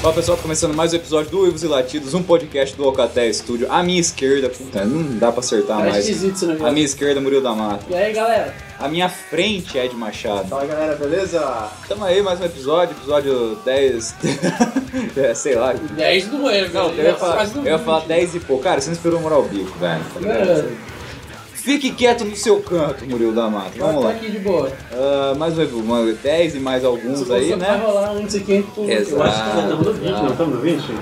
Fala pessoal, tá começando mais um episódio do Uivos e Latidos, um podcast do Alcatel Studio. À minha esquerda, puta, não dá pra acertar Tá mais. esquisito esse À negócio. Ah, minha esquerda, Murilo da Mata. E aí, galera? À minha frente, Ed Machado. Fala galera, beleza? Tamo aí, mais um episódio, episódio 10. é, sei lá. 10 do ano, Não, eu ia falar, um eu ia falar 10 e pouco. Cara, você não esperou morar o bico, velho. Tá É. ligado? Fique quieto no seu canto, Murilo da Mata. Vamos Vamos lá. Tá aqui de boa. Ah, mais um episódio, 10 e mais alguns Só aí, Vai né? rolar um disso aqui entre Exato. Eu acho que Ah, estamos no 20, tá. não estamos no 20?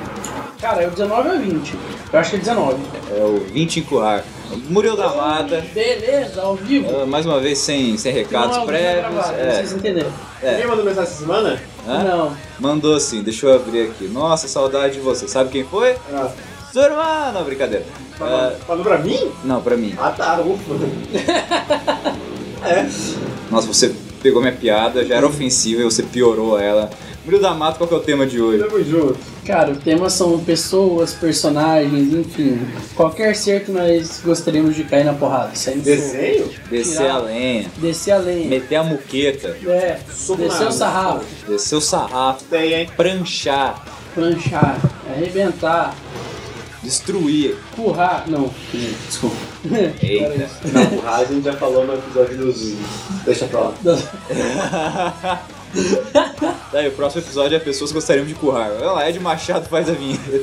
Cara, é o 19 ou 20? Eu acho que é 19. É o 20 encurrar. Murilo da Mata. Beleza, ao vivo. Ah, mais uma vez sem, sem recados Não, ao vivo é prévios. gravado, pra é. Vocês entenderam? É. Ninguém mandou mensagem essa semana? Hã? Não. Mandou sim, deixa eu abrir aqui. Nossa, saudade de você. Sabe quem foi? Ah, Sua irmã! Não, brincadeira. Ah, Tá falou, falou pra mim? não, pra mim. Ah tá, ufa. é. Nossa, você pegou minha piada, já era ofensiva e você piorou ela. Murilo da Mata, qual que é o tema de hoje? Tamo junto. Cara, o tema são pessoas, personagens, enfim. Qualquer ser que nós gostaríamos de cair na porrada. Saindo Desenho? Descer a Tirar. lenha, Descer a lenha. meter a muqueta, É, Soco descer na o sarrafo. descer o sarrafo, Tem, hein? pranchar, Planchar. Arrebentar. destruir. Currar. Não, desculpa. Eita. Na burragem a gente já falou no episódio dos. Deixa pra lá. Daí, o próximo episódio é pessoas que gostariam de currar. Olha lá, Ed Machado faz a vinheta.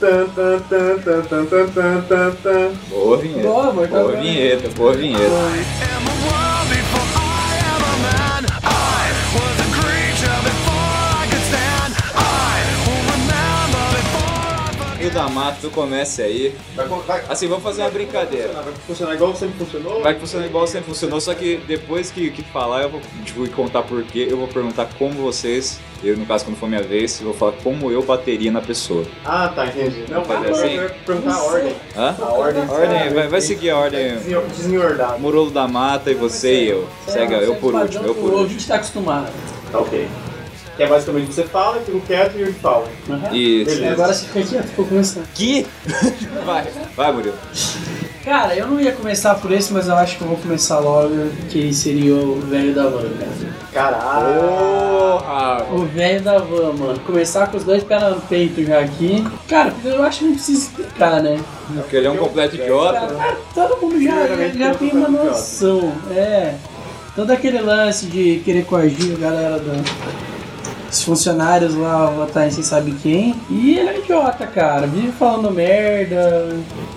Tan, tan, tan, tan, tan, tan, tan, tan, tan. Boa vinheta. Boa, amor, tá boa bom. vinheta, boa vinheta. am a world before I am a man. I was a creature before I could stand. I will remember before I Murilo da Mata, tu comece aí. Vai, con- vai, Assim, vamos fazer uma brincadeira. funcionar, vai funcionar igual sempre funcionou? Vai funcionar igual sempre funcionou, só que depois que, que falar, eu vou tipo, e contar porquê, eu vou perguntar como vocês, eu no caso quando for minha vez, eu vou falar como eu bateria na pessoa. Ah tá, entendi. Não, Fazer vai vai- assim? vai perguntar a ordem. Hã? A ordem. é Ordem, vai, vai seguir a ordem. Desenho- Desenhordado. Murilo da Mata e você e eu. Segue eu por último, eu por A último. gente tá acostumado. Tá ok. Que é basicamente você fala, fica quieto e eu falo. Uhum. Isso. Beleza. Agora você fica quieto, ficou começando. Que? Vai, vai, Murilo. Cara, eu não ia começar por esse, mas eu acho que eu vou começar logo, que seria o velho da van, cara. Caralho. Porra! O velho da van, mano. Começar com os dois pés no peito já aqui. Cara, eu acho que não precisa explicar, né? Porque ele é um completo idiota. Cara, todo mundo já, Primeiramente, já tem uma eu tô noção. É. Todo aquele lance de querer coagir a galera do. Os funcionários lá votar em sem sabe quem. E ele é idiota, cara. Vive falando merda,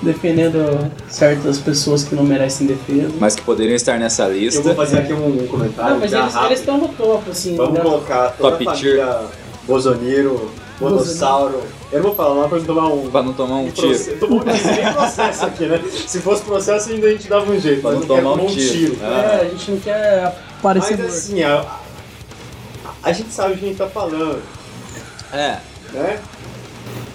defendendo certas pessoas que não merecem defesa. Mas que poderiam estar nessa Eu vou lista. fazer aqui um comentário não, mas já eles rápido. eles estão no topo, assim. Vamos né? colocar toda Top a família Bozoniro, Bonossauro. Eu não vou falar lá pra não tomar um... Pra não tomar um tiro. processo. Tomou um tiro. processo aqui, né? Se fosse processo ainda a gente dava um jeito, mas Não não quero tomar um tiro. né? É, a gente não quer Mas aparecer morto. assim, a, a- a gente sabe o que a gente tá falando, É. né?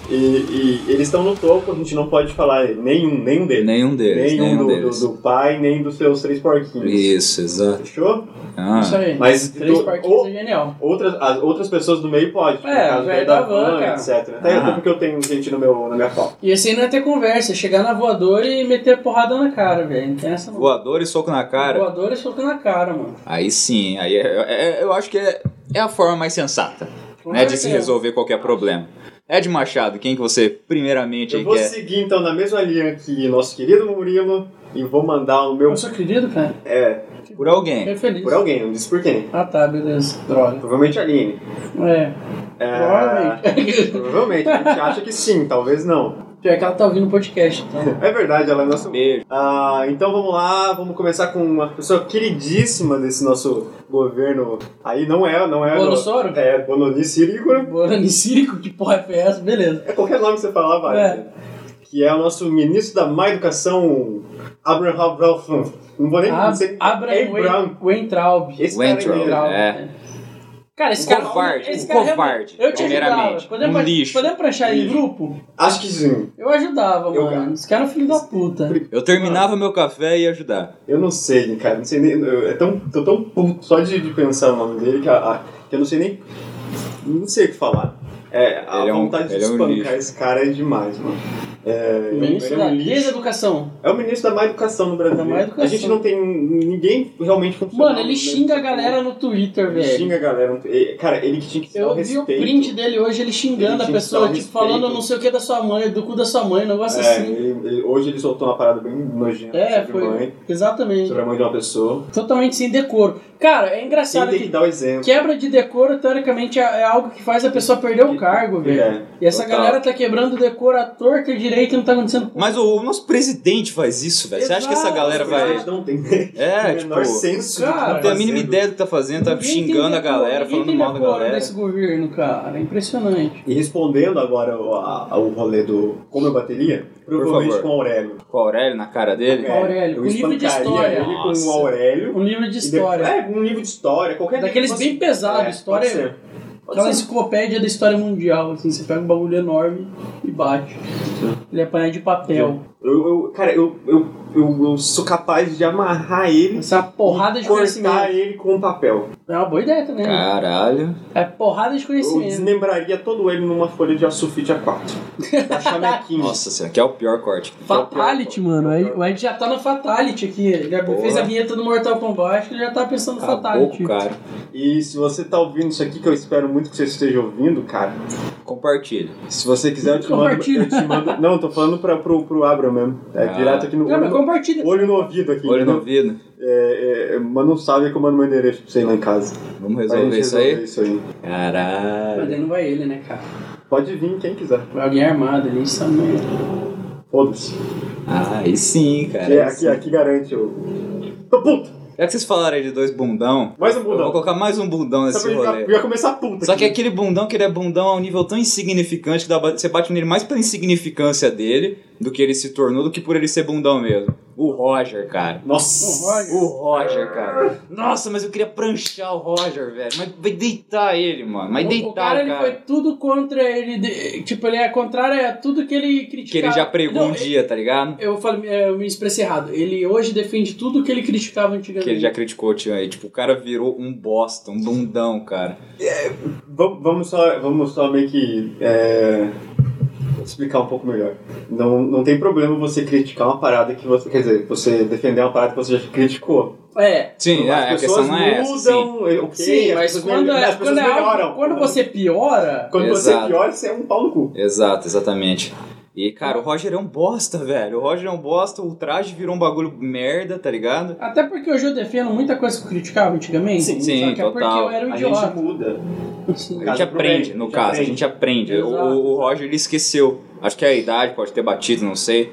E, e eles estão no topo, a gente não pode falar nenhum, nenhum deles. Nenhum deles, É. nenhum nenhum do, deles. do- do pai, nem dos seus três porquinhos. Isso, exato. Fechou? Ah, É Isso aí. Mas Três do- partidos o- é genial. Outras, as outras pessoas do meio podem, tipo, É, no caso velho velho da da van, van, cara. etc. Até, Ah. até porque eu tenho gente no meu, na minha pau. E assim não é ter conversa, é chegar na voadora e meter a porrada na cara, velho. Não tem essa não. voador e soco na cara. Voador e soco na cara, mano. Aí sim, aí é- é- eu acho que é, é a forma mais sensata Com né, de se certeza. resolver qualquer problema. Ed Machado, quem que você primeiramente aí Eu vou quer? seguir então na mesma linha que nosso querido Murilo e vou mandar o meu. Eu sou querido, cara. É, Por alguém. Fiquei feliz. por alguém, não disse por quem. Ah tá, beleza. Droga. Provavelmente a Aline. É. É, Provavelmente. provavelmente, a gente acha que sim, talvez não. Pior que ela tá ouvindo o podcast, então. É verdade, ela é nossa. Beijo. Ah, então vamos lá, vamos começar com uma pessoa queridíssima desse nosso governo. Aí não é, não é. Bolsonaro? É, Bononi Cirigura. Bora no circo, que porra é essa? Beleza. É qualquer nome que você falar, vai. É. Que é o nosso ministro da má educação, Abraham Halbrafun. Não vou nem Ab dizer. é Abraham Abraham. Wen- Weintraub. Esse cara Weintraub. é Weintraub, é. né? Cara, esse Um cara. covarde, esse um cara é- covarde, Eu te ajudava. primeiramente. Podemos, Um lixo. podemos pranchar em Lixo. grupo? Acho que sim. Eu ajudava, Eu- mano. Esse cara é um filho da puta. Eu terminava meu café e ia ajudar. Ah, Eu não sei, cara. Não sei nem. Eu, é tão, tô tão puto só de, de pensar o nome dele que, a- a- que eu não sei nem Não sei o que falar. É, a Ele é um- vontade de ele é um espancar lixo. esse cara é demais, mano. É, O ministro ele é da um lixo. né? deseducação. É o ministro da má educação no Brasil. Da má educação. A gente não tem ninguém realmente funcionando. Mano, ele xinga a galera no Twitter, é Ele velho. xinga a galera. Ele- Cara, ele que tinha que ser um Eu vi respeito. o print dele hoje, ele xingando Ele a tinha que pessoa, dar o tipo, falando respeito. não sei o que da sua mãe, do cu da sua mãe, um negócio É, assim. ele- ele- hoje ele soltou uma parada bem nojenta É, sobre, foi. mãe, Exatamente. sobre a mãe de uma pessoa. Totalmente sem decoro. Cara, é Quem engraçado tem que que dar o exemplo. quebra de decoro, teoricamente, é é algo que faz a pessoa perder o cargo, velho. É. E essa total. galera tá quebrando o decoro à torta e direito e não tá acontecendo Mas o, o nosso presidente faz isso, velho. Você acha que essa Exato, galera vai. Eles não tem É, o tipo. menor senso do que cara, tá Não tem a mínima fazendo. ideia do que tá fazendo, tá Ninguém tem xingando a decoro, galera, ninguém falando tem mal da decoro galera. desse governo, cara. É impressionante. E respondendo agora ao, a- ao rolê do Como eu bateria, provavelmente favor. com o Aurélio. Com o Aurélio na cara dele. É. Aurélio, eu com livro de espancaria história. Ele com Nossa. o Aurélio. Um livro de E história. depois- é, um livro de história, qualquer Daqueles livro que bem você- pesados, é, história- Pode ser. Pode Aquela ser. enciclopédia da história mundial, assim, você pega um bagulho enorme e bate. Ele é apanhado de papel. Eu, eu- cara, eu, eu, eu, eu sou capaz de amarrar ele Essa é porrada e de cortar conhecimento. ele com um papel. É uma boa ideia também. né? Caralho. É porrada de Eu conhecimento. desmembraria todo ele numa folha de sulfite A4. da chamequinha. Nossa, esse aqui é o pior corte. Fatality, mano. Pior, pior. O Ed já tá na Fatality aqui. Ele já Porra. fez a vinheta do Mortal Kombat ele já tá pensando no Acabou Fatality. com o cara. E se você tá ouvindo isso aqui, que eu espero muito que você esteja ouvindo, cara, Compartilha. se você quiser eu te mando. Compartilha. Eu te mando não, eu tô falando pra, pro, pro Abra mesmo. É Ah. direto aqui no Não, mas olho, compartilha. olho no ouvido aqui. Olho no entendeu? ouvido. É, é, é, manda um salve que eu mando meu endereço pra você ir lá em casa. Vamos Pra gente resolver isso aí? isso aí. Mas Caralho. aí não vai ele, né, cara? Pode vir quem quiser. Vai alguém armado ali, isso é também. Foda-se. Aí sim, cara. Aqui, É, aqui, aqui garante o. Tô puto! Já que vocês falaram aí de dois bundão, Mais um eu vou bundão. colocar mais um bundão Só nesse pra gente já, rolê. já começar puto. Só que aquele bundão que ele é bundão a um nível tão insignificante que dá ba- você bate nele mais pela insignificância dele do que ele se tornou do que por ele ser bundão mesmo. O Roger, cara. Nossa! Uh, O Roger, cara. Nossa, mas eu queria pranchar o Roger, velho. Mas vai deitar ele, mano. Mas O- deitar o cara, ele foi tudo contra ele. de- tipo, ele é contrário a tudo que ele criticava. Que ele já pregou Não, um dia, tá ligado? Eu, falei, é, eu me expressei errado. Ele hoje defende tudo que ele criticava antigamente. Que ele já criticou o tio aí. Tipo, o cara virou um bosta, um bundão, cara. Vam- Vamos só, vamos só meio que. é, explicar um pouco melhor. Não, não tem problema você criticar uma parada que você. Quer dizer, você defender uma parada que você já criticou. É. Sim, é, As a pessoas questão não é essa. Sim. mudam, é, ok, Sim, as mas pessoas quando, melhoram, é, as pessoas quando, é algo- melhoram. quando você piora. Quando Exato. você piora, você é um pau no cu. Exato, exatamente. E, cara, o Roger é um bosta, velho. O Roger é um bosta, o traje virou um bagulho merda, tá ligado? Até porque hoje eu defendo muita coisa que eu criticava antigamente. Sim, só sim, que é porque total. eu era um A gente idiota. muda. Sim. A gente Caso aprende, pro bem, no a gente caso, a aprende. gente aprende. O, Exato. o Roger, ele esqueceu. Acho que é a idade pode ter batido, não sei.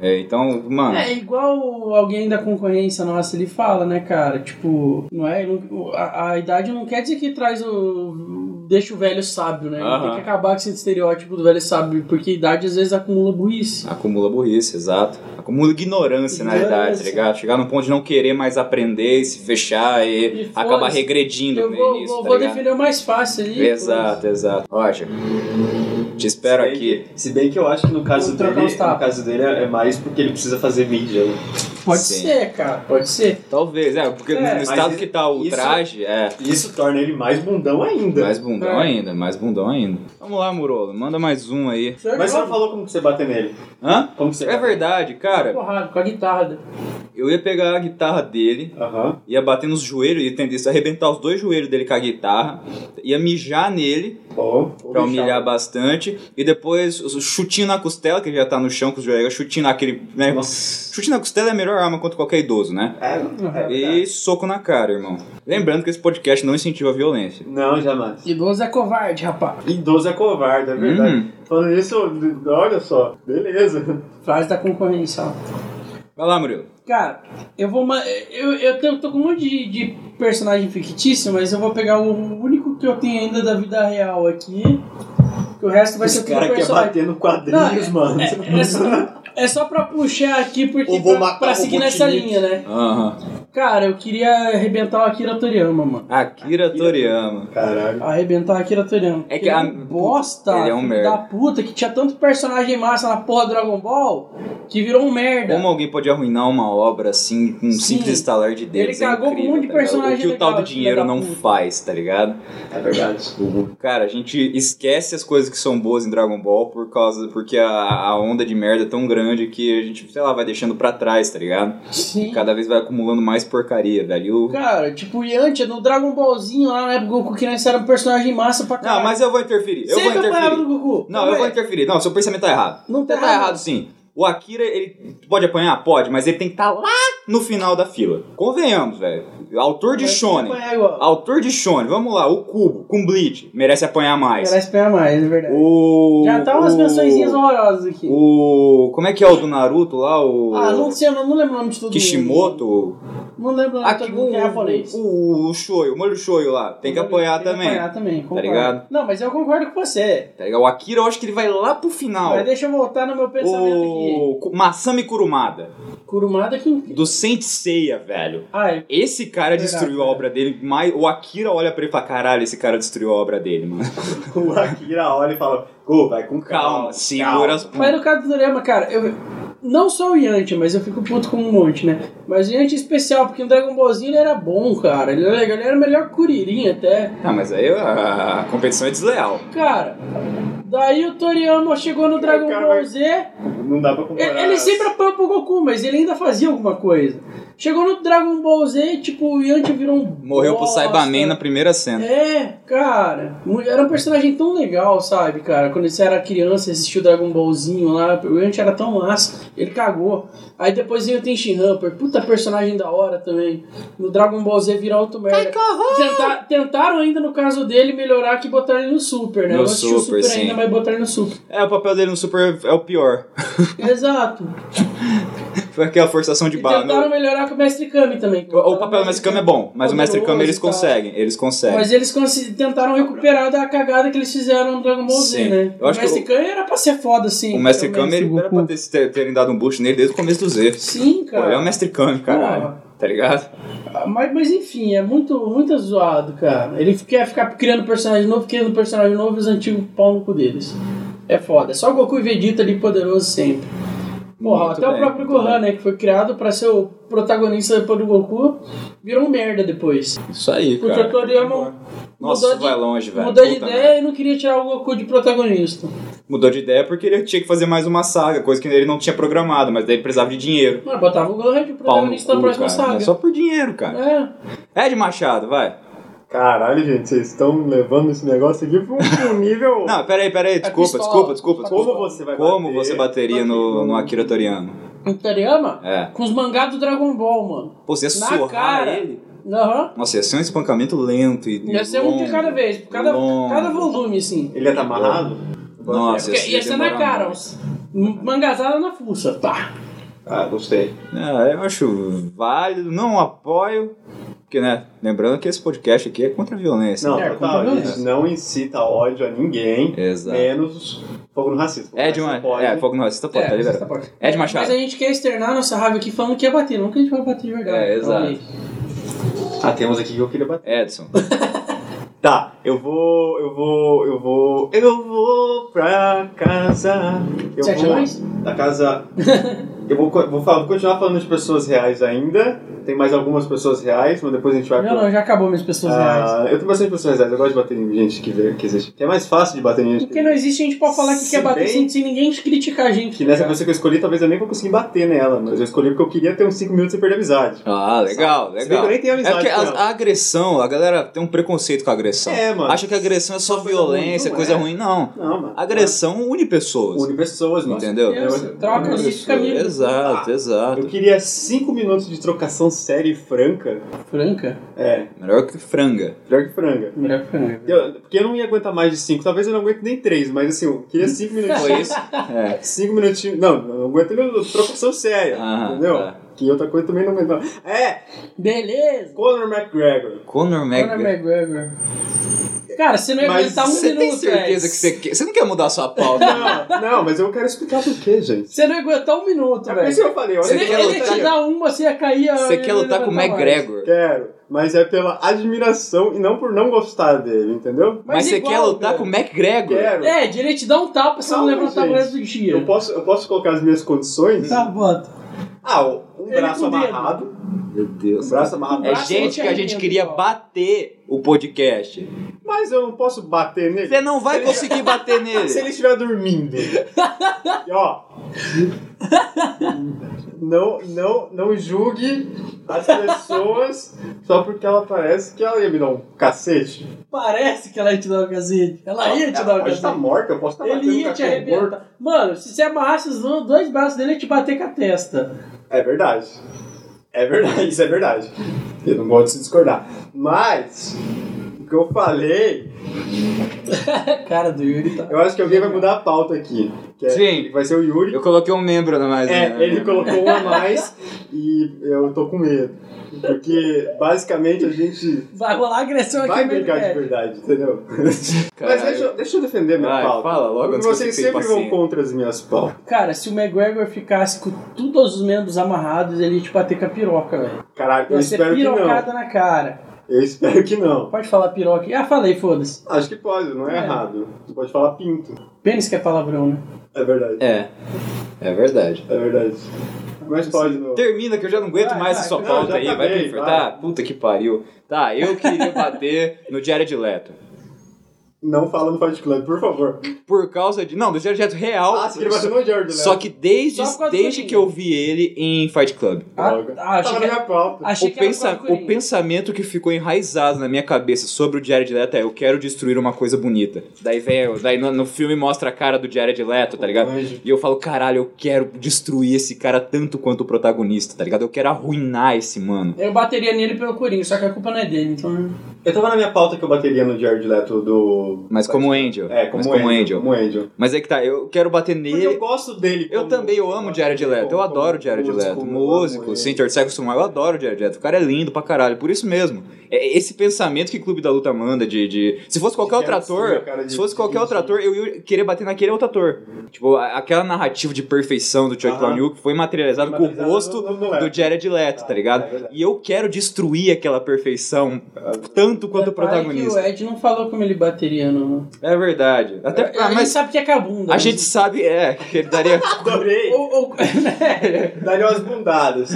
É, então, mano, É igual alguém da concorrência nossa, ele fala, né, cara? Tipo, não é? não- A, a idade não quer dizer que traz o. deixa o velho sábio, né? Aham. Tem que acabar com esse estereótipo do velho sábio, porque a idade às vezes acumula burrice. acumula burrice, exato. Acumula ignorância, na idade, Ignorância. tá ligado? Chegar num ponto de não querer mais aprender e se fechar e, E foda-se. acabar regredindo Eu no vou, início, vou, tá vou ligado? defender o mais fácil ali. Exato, exato. Roger, te espero Se bem aqui. que- se bem que eu acho que no caso Vamos trocar dele, uns tapas. no caso dele é é mais porque ele precisa fazer mídia. né? pô. Pode Sim. ser, cara, pode ser. Talvez, é, porque É, no mas estado isso- que tá o isso- traje, é. E isso torna ele mais bundão ainda. Mais bundão É. ainda, mais bundão ainda. Vamos lá, Murolo, manda mais um aí. O senhor é Mas você joga não falou como que você bater nele. Hã? Como que você É verdade, cara. porrada com a guitarra. Eu ia pegar a guitarra dele, Aham. ia bater nos joelhos, ia tender, arrebentar os dois joelhos dele com a guitarra, ia mijar nele Bom, vou pra deixar. humilhar bastante, e depois o chutinho na costela, que ele já tá no chão com os joelhos, chutinho naquele. Né? Nossa. Chutinho na costela é a melhor arma contra qualquer idoso, né? É, é verdade. E soco na cara, irmão. Lembrando que esse podcast não incentiva a violência. Não, jamais. Idoso é covarde, rapaz. Idoso é covarde, é verdade. Hum. Falando nisso, olha só. Beleza. Frase da concorrência, ó. Vai lá, Murilo. Cara, eu vou. ma- Eu, eu, tenho- tô com um monte de, de personagem fictício, mas eu vou pegar o único que eu tenho ainda da vida real aqui. Que o resto vai Esse ser tudo cara quer um personagem. bater no quadrinhos, mano. É, é só, é só pra puxar aqui, porque Eu vou pra, matar pra o seguir nessa Robotnik. linha, né? Aham. Cara, eu queria arrebentar o Akira Toriyama, mano. Akira Toriyama. Caralho. Arrebentar o Akira Toriyama. É que Ele a- um bosta ele é um filho merda. da puta que tinha tanto personagem massa na porra do Dragon Ball que virou um merda. Como alguém pode arruinar uma obra assim, com um Sim. simples estalar de dedos? Ele cagou é com incrível, um monte de tá ligado? personagem O que o tal legal, do dinheiro filha da não puta. faz, tá ligado? É verdade. Cara, a gente esquece as coisas que são boas em Dragon Ball por causa. Porque a, a onda de merda é tão grande que a gente, sei lá, vai deixando pra trás, tá ligado? Sim. Cada vez vai acumulando mais porcaria, velho. E o- Cara, tipo, Yantia no Dragon Ballzinho lá na época, o Goku criança era um personagem massa pra caralho. Não, mas eu vou interferir. Eu Sempre vou a palavra interferir. do Goku. Não, eu vou interferir. Não, seu pensamento tá errado. Não tá Tá errado. errado sim. O Akira, ele pode apanhar? Pode, mas ele tem que estar lá no final da fila. Convenhamos, velho. Autor de Mas Shonen. apanhar igual. Autor de Shonen, vamos lá, o Cubo, com Bleach, merece apanhar mais. Merece apanhar mais, é verdade. O. Já tá umas o- mençõezinhas horrorosas aqui. O. Como é que é o do Naruto lá? O. Ah, não sei, eu não lembro o nome de todo mundo. Kishimoto. Não lembro o nome de todo mundo que é japonês. o, o, o Shoyo, o molho Shoyo lá. Tem que apanhar Tem que também. Tá apanhar também, concordo. ligado? Não, mas eu concordo com você. Tá ligado? O Akira, eu acho que ele vai lá pro final. Mas deixa eu voltar no meu pensamento O Ku- Masami Kurumada, aqui. Kurumada que do Saint Seiya, velho. Ai, Esse cara Verdade, destruiu a cara. obra dele, mas o Akira olha pra ele e fala: caralho, esse cara destruiu a obra dele, mano. O Akira olha e fala, Gu, vai com calma. Calma, segura as mas no caso do Toriyama, cara, eu... Não só o Yantia, mas eu fico puto com um monte, né? Mas o Yantia é especial, porque no Dragon Ballzinho ele era bom, cara. Ele era, ele era melhor que o Kuririn até. Ah, mas aí a, a competição é desleal. Cara, daí o Toriyama chegou no Dragon cara Ball vai- Z... É, Não dá pra comparar. Ele, ele sempre apanha pro Goku, mas ele ainda fazia alguma coisa. Chegou no Dragon Ball Z, tipo, o Yanti virou um. Morreu pro bosta. Saibaman na primeira cena. É, cara. mu- Era um personagem tão legal, sabe, cara? Quando você era criança, assistiu o Dragon Ballzinho lá. O Yanti era tão massa. Ele cagou. Aí depois veio o Tenshin Hamper. Puta personagem da hora também. No Dragon Ball Z virar outro merda. Tenta- tentaram ainda, no caso dele, melhorar que botaram ele no Super, né? No Eu não assisti o Super, Super ainda, sim. mas botaram ele no Super. É, o papel dele no Super é o pior. Exato. Foi aquela forçação de E barra. tentaram não- melhorar com o Mestre Kami também. O, o papel do Mestre Kami é bom, mas o Mestre Kami eles Poderoso e tal. conseguem, eles conseguem. Mas eles consi- tentaram recuperar da cagada que eles fizeram no Dragon Ball Z, Sim. né? Eu acho o Mestre que Kami era pra ser foda, assim. O Mestre pelo Kami menos, ele do era pra Goku. ter, ter- terem dado um boost nele desde o começo do Z. Sim, Pô, ele é o cara. Mestre Kami, caralho. Tá ligado? Ah, Mas, mas enfim, é muito, muito zoado, cara. Ele quer ficar criando personagem novo, criando personagem novo e os antigos pau no cu deles. É foda. É só Goku e Vegeta ali poderoso sempre. Porra, Muito até o bem, próprio muito Gohan, né? Que foi criado pra ser o protagonista depois do Goku, virou um merda depois. Isso aí, Porque cara. o Toriyama Nossa, mudou isso vai né? de- longe, velho. Mudou de Puta ideia merda. e não queria tirar o Goku de protagonista. Mudou de ideia porque ele tinha que fazer mais uma saga, coisa que ele não tinha programado, mas daí precisava de dinheiro. Mas botava o Gohan Pau de no protagonista da cu, próxima cara. saga. É só por dinheiro, cara. É. Ed Machado, vai. Caralho, gente, vocês estão levando esse negócio aqui pra um- pra um nível... Não, peraí, peraí, desculpa, É desculpa, pistola. desculpa, Como desculpa. você vai Como bater? você bateria no, no Akira Toriyama? O Toriyama? É. Com os mangá do Dragon Ball, mano. Pô, você ia Na surrar cara. ele? Aham. Nossa, ia ser um espancamento lento e. Ia ser um de longo. cada vez, cada, longo. cada volume, assim. Ele ia tá amarrado? Nossa. Porque ia ia ser na demorar cara, muito. uns- um mangazada na fuça, pá. Ah, não sei. É, eu acho válido, não apoio. Porque, né? Lembrando que esse podcast aqui é contra a violência. Não, É, tá, contra a isso não incita ódio a ninguém, Exato. menos fogo no racismo. Ed, Mas Ma- pode. é, fogo no racista pode, tá liberado. pode. Ed Machado. Mas a gente quer externar nossa raiva aqui falando que ia bater, não que a gente vai bater de verdade. É, exato. Olha Ah, tem uns aqui que eu queria bater. Edson. Tá, eu vou, eu vou, eu vou, eu vou pra casa. Eu Sete vou anões? Da casa. eu vou, co- vou, falar- vou continuar falando de pessoas reais ainda. Tem mais algumas pessoas reais, mas depois a gente vai aí. Não, pro- não, já acabou minhas pessoas reais. Ah, eu tenho bastante pessoas reais, eu gosto de bater em gente que, vê, que existe. Que é mais fácil de bater em gente Porque não existe, a gente pode falar que Se quer bater bem- sem, sem ninguém criticar a gente. Que nessa cara. pessoa que eu escolhi, talvez eu nem vou conseguir bater nela, mas eu escolhi porque eu queria ter uns 5 minutos sem perder a amizade. Ah, legal, Se bem legal. que eu nem tenho É amizade porque com a, ela. a agressão, a galera tem um preconceito com a agressão. É, mano. Acha que agressão é só Coisa ruim, violência, não coisa é. ruim. Não. Não, mano. Agressão une pessoas. Une pessoas, É, mano. Entendeu? Isso, troca, Une você fica pessoas. amigo. Ah. Exato, Eu exato. queria 5 minutos de trocação séria e franca. Franca? É, Melhor que franga. melhor que franga. Melhor que franca. Eu- porque eu não ia aguentar mais de 5, talvez eu não aguente nem 3, mas assim, eu queria 5 minutinhos. É. 5 minutinhos. Não, eu não aguento nem trocação séria. Aham, entendeu? tá. Que outra coisa também não me lembro. É! Beleza! Conor McGregor. Conor Conor McGregor. McGregor. Cara, você não ia Mas aguentar um Você minuto, tem certeza velho. que você quer... Você não quer mudar a sua pauta? Não, não, mas eu quero explicar por quê, gente. Você não ia aguentar um minuto, É por velho. isso que eu falei, olha Você Ele, que quer ele lutar? te dá uma, você ia cair. Você ia- quer ia lutar com o levantar tá mais. McGregor. Quero, mas é pela admiração e não por não gostar dele, entendeu? Mas, você igual, quer lutar velho. com o McGregor? Quero. É, direito te dá um tapa se não Calma, levantar o gente. resto do dia. Eu posso, eu posso colocar as minhas condições? Tá, bota. Ah, um Ele braço com o dedo. amarrado. Meu Deus. Um braço amarrado. É braço gente não que a tinha gente medo, queria ó. bater o podcast. Mas eu não posso bater nele. Você não vai conseguir bater Se ele nele. estiver dormindo. E, ó. Não, não, não julgue as pessoas só porque ela parece que ela ia me dar um cacete. Parece que ela ia te dar um cacete. Ela ia te dar um pode estar cacete. morta, eu posso estar batendo Ele com ia a te cachorro morto. arrebentar. Mano, se você amarrasse os dois braços dele, ele ia te bater com a testa. É verdade. É verdade, isso é verdade. Eu não gosto de discordar. Mas, o que eu falei, Cara do Yuri tá. eu acho que alguém vai mudar a pauta aqui. Que é- Sim. Vai ser o Yuri. Eu coloquei um membro na mais. É, ele colocou um a mais e eu tô com medo. Porque basicamente a gente Vai rolar agressão aqui é. vai no brigar de podcast. verdade, entendeu? Mas deixa, eu- deixa eu defender a minha Vai, pauta. fala logo antes que eu Vocês fique sempre vão impaciente. contra as minhas pautas. Cara, se o McGregor ficasse com todos os membros amarrados, ele ia te bater com a piroca, velho. Caraca, eu Ia ser espero que não. pirocada na cara. Eu espero que não. Pode falar piroca. Ah, falei, foda-se. Acho que pode, não é, É. errado. Você pode falar pinto. Pênis que é palavrão, né? É verdade, É. É verdade. é verdade. Mas pode, não. Termina que eu já não aguento Vai, mais vai, a sua Ah, não, pauta já aí. Vai acabei, pro inferno. vai. Tá, puta que pariu. Tá, eu queria bater no Jared Leto. Não fala no Fight Club, por favor. Por causa de. Não, do Jared Leto real. Ah, você queria bater no Jared, né? Só que desde, Só por causa do desde Coringa. que eu vi ele em Fight Club. Ah, Droga. ah, achei Tava que na minha pauta. Achei O, que era pensa- por causa do o Coringa. pensamento que ficou enraizado na minha cabeça sobre o Jared Leto é eu quero destruir uma coisa bonita. Daí, velho, daí no, no filme mostra a cara do Jared Leto, tá ligado? Anjo. E eu falo, caralho, eu quero destruir esse cara tanto quanto o protagonista, tá ligado? Eu quero arruinar esse mano. Eu bateria nele pelo Coringa, só que a culpa não é dele, então. Eu tava na minha pauta que eu bateria no Jared Leto do. Mas como Angel. É, como, mas como Angel, Angel. Como Angel. Mas é que tá, eu quero bater Porque eu nele. gosto dele. Eu como- também, eu amo o Jared Leto. Eu como- adoro o como Jared músico, Leto. eu amo Músico, ele. center sexo humano, eu adoro o Jared Leto. O cara é lindo pra caralho, por isso mesmo. É esse pensamento que Clube da Luta manda de... de- Se fosse qualquer De outro criancinha, ator, cara, de- se fosse de qualquer outro criancinha. ator, eu ia querer bater naquele outro ator. Tipo, a- aquela narrativa de perfeição do Chuck Aham. Clown que foi materializado com o Materializado rosto no- no Leto. do Jared Leto, tá Ah, é ligado? verdade. E eu quero destruir aquela perfeição tanto quanto o Repare protagonista. É Que o Ed não falou como ele bateria no. É verdade. Até, Ah, ah, ele mas sabe que é cabunda. a né? gente sabe, é, que ele daria. Adorei. Ou, ou- né? Daria umas bundadas.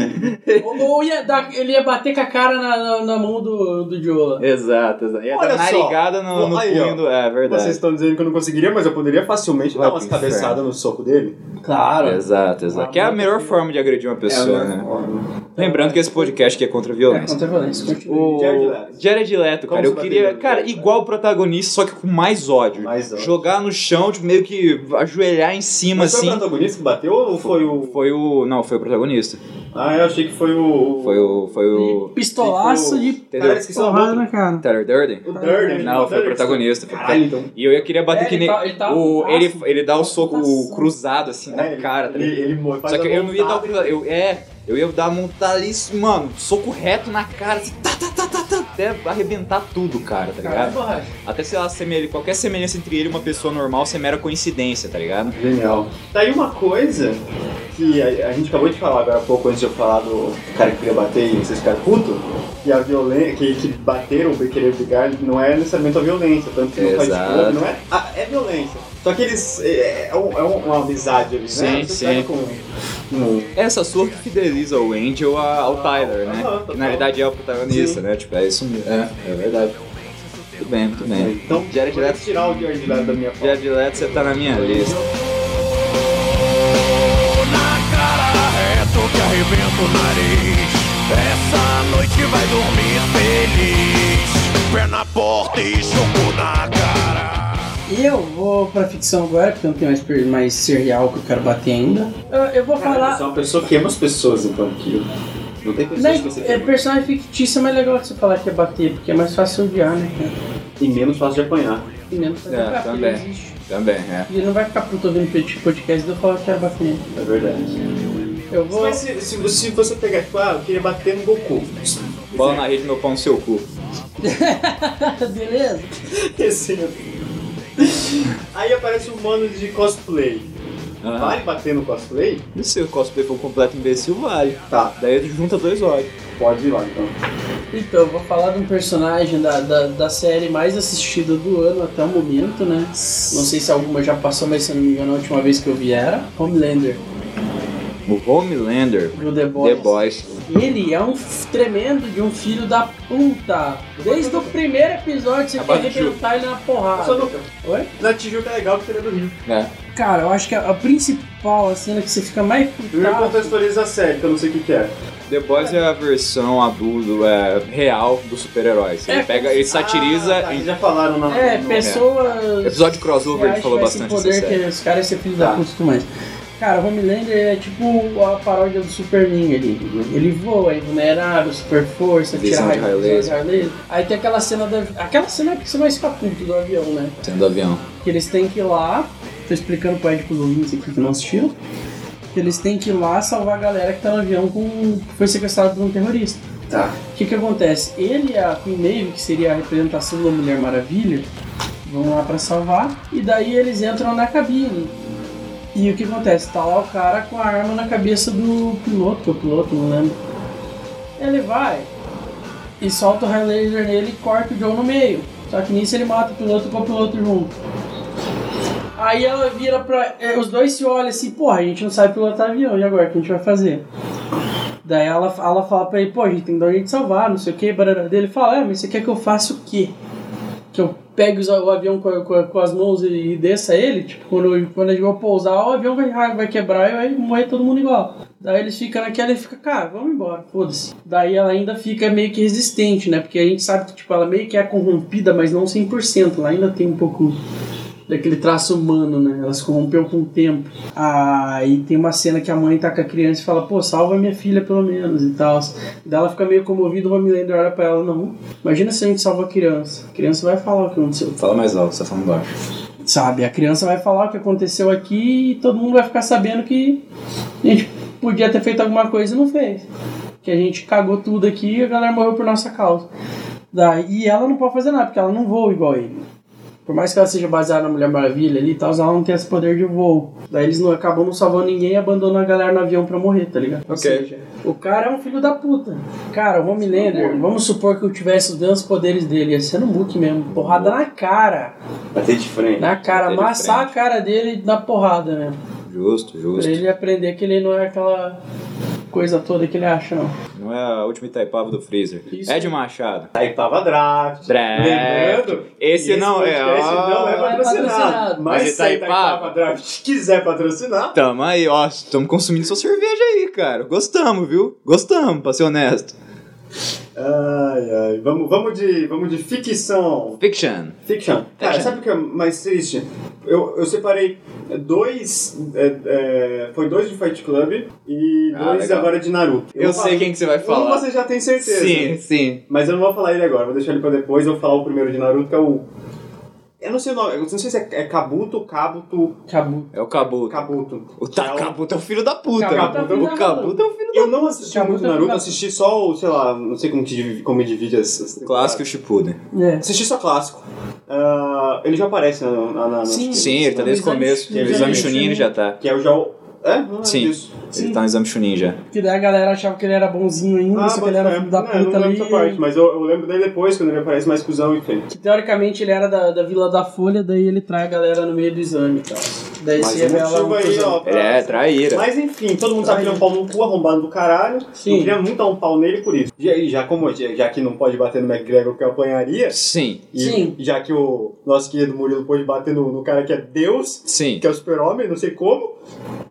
Ou- ou ia dar- ele ia bater com a cara na, na- na mão do, do Jola. exato, exato. Ia Olha dar só. narigada no, no Aí, ó. punho do. É verdade. Vocês estão dizendo que eu não conseguiria, mas eu poderia facilmente Vai dar umas pro inferno. cabeçadas no soco dele. Claro. Exato, exato. Que é a Ah, melhor forma de agredir uma pessoa, É, né? ó. Lembrando que esse podcast aqui é contra a É violência. contra a violência. continua. O Jared Leto. Jared Leto, Como cara, eu você queria, bateria no cara, Jared Leto? igual o protagonista, só que com mais ódio. Mais ódio. Jogar no chão, tipo, meio que ajoelhar em cima, Mas foi o assim. protagonista que bateu ou foi o. Foi o, não, foi o protagonista. Ah, eu achei que foi o. Foi o, foi o Pistolaço Tipo, de Cara, entendeu? esqueci o porrada nome. na cara. Tyler Durden. O Dirty. Não, foi o protagonista. foi o Caralho, então. E eu ia queria bater É, que ele nem. tá- ele tá um o, putaço. ele, ele dá o soco Putaço. cruzado assim É, na ele- cara, tá ligado? Ele, ele mo- faz Só que a eu não ia dar o montada. cruzado. Eu, é, eu ia dar a montada ali, mano, soco reto na cara, assim, tá, tá, tá, tá, tá, até arrebentar tudo, cara, tá é ligado? Até sei lá, semelha, qualquer semelhança entre ele e uma pessoa normal sem mera coincidência, tá ligado? Genial. Tá aí uma coisa que a, a gente acabou de falar agora há pouco, antes de eu falar do cara que queria bater e vocês ficaram puto, que a violência, que, que bater ou querer brigar não é necessariamente a violência, tanto que não faz Exato. club, não é. ah, é violência. Só que eles. É, é um- é um- uma amizade ali, né? Sim, Você sim. pega Com, com- Essa sua que fideliza o Angel a- ao Tyler, né? Aham, Que total. na verdade é o protagonista, né? Tipo, é isso mesmo. É, é verdade. Muito bem, muito bem. Então, Jared vou Leto. tirar o Jared Leto da minha pauta. Jared Leto, você tá na minha lista. Na cara reto que arrebenta o nariz. Essa noite vai dormir feliz. Pé na porta e chocou na cara. Eu vou pra ficção agora, porque não tem mais, per- mais ser real que eu quero bater ainda. Eu, eu vou Cara, falar. você é uma pessoa que ama as pessoas, então, que não tem pessoas Né, que você é tem personagem fictício é mais legal de você falar que é bater, porque é mais fácil odiar, né, cara? e menos fácil de apanhar. E mesmo fazer É, bater, né, também. ele existe. Também, é. E ele não vai ficar puto ouvindo podcast e eu falar que era bater. É verdade. Eu vou. Mas se, se, se você pegar, tipo, ah, eu queria bater no Goku. Bola na rede, meu pau no seu cu. Beleza? Exemplo. é Aí aparece um mano de cosplay. Ah. Vale bater no cosplay? E se Ah, o cosplay for um completo imbecil, vale. Tá, Daí ele junta dois olhos. pode ir lá então. Então, eu vou falar de um personagem da, da, da série mais assistida do ano até o momento, né? Não sei se alguma já passou, mas se eu não me engano, a última vez que eu vi era Homelander, O Homelander, do The Boys. The Boys. Ele é um f- tremendo de um filho da puta. Desde o primeiro episódio você quer Abaixo de arrebentar ele na Ah, Só porrada. no- Oi? na Tijuca é legal que seria do Rio. É. Cara, eu acho que a, a principal a cena que você fica mais Primeiro putado. contextualiza a série, que eu não sei o que, que é. The Boys é a versão adulto, é, real dos super-heróis. Ele É. pega, ele satiriza. Ah, tá, em- já falaram na. É, no- pessoas. Episódio crossover, ele que falou acham esse bastante é poder dessa série. que os caras ser filhos da Tá. puta e tudo mais. Cara, Homelander é tipo a paródia do Superman ali. Ele voa, é invulnerável, super força, Visão de é. tira raio- raio laser. visão raio laser. Aí tem aquela cena da. Aquela cena que você vai ficar puto do avião, né? Sendo do avião. que eles têm que ir lá. Tô explicando pro Ed e pros ouvintes aqui que não assistiram. Que eles têm que ir lá salvar a galera que tá no avião com. que foi sequestrado por um terrorista. Tá. O que que acontece? Ele e a Queen Maeve, que seria a representação da Mulher Maravilha, vão lá pra salvar. E daí eles entram na cabine. E o que acontece? Tá lá o cara com a arma na cabeça do piloto, que é o piloto, não lembro. Ele vai e solta o raio laser nele e corta o John no meio. Só que nisso ele mata o piloto com o piloto junto. Aí ela vira pra. é, Os dois se olham assim, porra, a gente não sabe pilotar avião, e agora? O que a gente vai fazer? Daí ela, ela fala pra ele, pô, a gente tem que dar um jeito de salvar, não sei o que, barará. Daí Ele fala, é, mas você quer que eu faça o quê? Que eu pegue os- o avião com, a- com a- com as mãos e, e desça ele? Tipo, quando, quando eles vão pousar, o avião vai, vai quebrar e vai morrer todo mundo igual. Daí eles ficam naquela e fica, cara, vamos embora, foda-se. Daí ela ainda fica meio que resistente, né? Porque a gente sabe que, tipo, ela meio que é corrompida, mas não 100%, ela ainda tem um pouco daquele traço humano, né? Ela se corrompeu com o tempo. Aí tem uma cena que a mãe tá com a criança e fala, pô, salva minha filha pelo menos e tal. Daí ela fica meio comovida, o Homelander olha pra ela, não. Imagina se a gente salva a criança. A criança vai falar o que aconteceu. Fala mais alto, você tá falando baixo. Sabe, a criança vai falar o que aconteceu aqui e todo mundo vai ficar sabendo que a gente podia ter feito alguma coisa e não fez. Que a gente cagou tudo aqui e a galera morreu por nossa causa. Daí, e ela não pode fazer nada, porque ela não voa igual ele. Por mais que ela seja baseada na Mulher Maravilha ali e tal, ela não tem esse poder de voo. Daí eles não acabam não salvando ninguém e abandonam a galera no avião pra morrer, tá ligado? Ou Ok. seja, o cara é um filho da puta. Cara, o Homelander, vamos supor que eu tivesse os mesmos poderes dele, ia ser no book mesmo. Porrada na cara. Bater de frente. Na cara, Bater de amassar frente. a cara dele na porrada, né? Justo, Pra justo. ele aprender que ele não é aquela coisa toda que ele acha, não. Não é a última Itaipava do Freezer. Isso. É de Machado. Taipava Draft. Draft. Lembrando. Esse não é. podcast não é Não é patrocinado. patrocinado. Mas Mas tá se a Taipava Itaipava Draft quiser patrocinar, Tamo aí, ó. Tamo consumindo sua cerveja aí, cara. Gostamos, viu? Gostamos, pra ser honesto. ai ai, vamos, vamos, de, vamos de ficção. Fiction. Fiction. Cara, Fiction. sabe o que é mais triste? Eu, eu separei dois. é, é, foi dois de Fight Club e Ah, dois legal. agora de Naruto. Eu, vou sei falar- quem que você vai Um falar. você já tem certeza. Sim, sim. Mas eu não vou falar ele agora, vou deixar ele pra depois. Eu vou falar o primeiro de Naruto, que é o. Eu não sei o nome, eu não sei se é, é Kabuto, Kabuto, Cabu. É o Kabuto. Kabuto. O ta- Kabuto é o filho da puta. Kabuto né? é o filho o da Kabuto é o filho da Eu não assisti Kabuto muito é Naruto, filha- assisti só o, sei lá, não sei como, que, divi- como divide as. as puta. Clássico temporadas. Shippuden. É. Assisti só clássico. Ah, ele já aparece na. na, na Sim. Sim, ele tá desde o No exame começo. Chunin. No exame Chunin ele já tá. Que é o já. o- É? Não é Sim. Isso. Ele tá no exame Chunin já. Porque daí a galera achava que ele era bonzinho ainda, só que ele era Ah, bota filho da fé. Não, eu puta não lembro ali. essa parte, mas eu, eu lembro daí depois, quando ele aparece mais cuzão e feio. Que teoricamente ele era da, da Vila da Folha, daí ele trai a galera no meio do exame e tal. Daí Mas se um revela motivo um aí, cuzão. ó. pra- Ele é traíra. Mas enfim, todo mundo sabe que ele é um pau no cu, arrombado do caralho. Sim. Eu queria muito dar um pau nele por isso. E aí, já como já já que não pode bater no McGregor que eu apanharia, Sim, e Sim. já que o nosso querido Murilo pôde bater no, no cara que é Deus, sim. que é o super-homem, não sei como.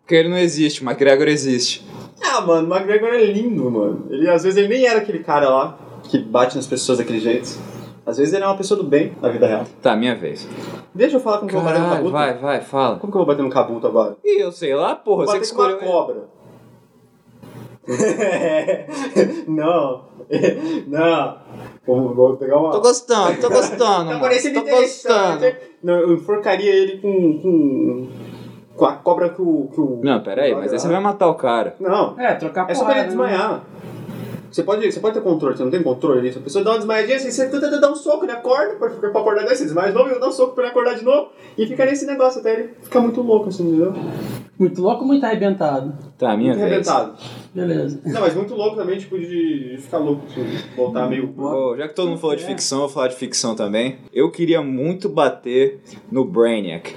Porque ele não existe, o McGregor existe. Ah, mano, o McGregor é lindo, mano. Ele às vezes ele nem era aquele cara lá que bate nas pessoas daquele jeito. Às vezes ele é uma pessoa do bem na vida real. Tá, minha vez. Deixa eu falar como que eu vou bater no Caralho, Kabuto. vai, vai, fala. Como que eu vou bater no Kabuto agora? E eu sei lá, porra, você que bater com uma escolheu. cobra. não, não. Vou, vou pegar uma. Tô gostando, tô Tá gostando. mano. Tô gostando. Não, eu enforcaria ele com. com. com a cobra que o. Que o Não, pera aí, mas é aí você vai matar o cara. Não, É, trocar é só pra ele né? desmaiar. Você pode, você pode ter controle, você não tem controle disso. A pessoa dá uma desmaiadinha, assim, você tenta dar um soco, ele acorda, pra, pra acordar, daí você desmaia de novo, ele dá um soco pra ele acordar de novo, e fica nesse negócio até ele ficar muito louco, assim, entendeu? Muito louco, muito arrebentado. Tá, minha Muito vez. arrebentado. Beleza. Não, mas muito louco também, tipo, de, de ficar louco, assim, voltar meio. Ô, já que todo mundo falou de É. ficção, eu vou falar de ficção também. Eu queria muito bater no Brainiac.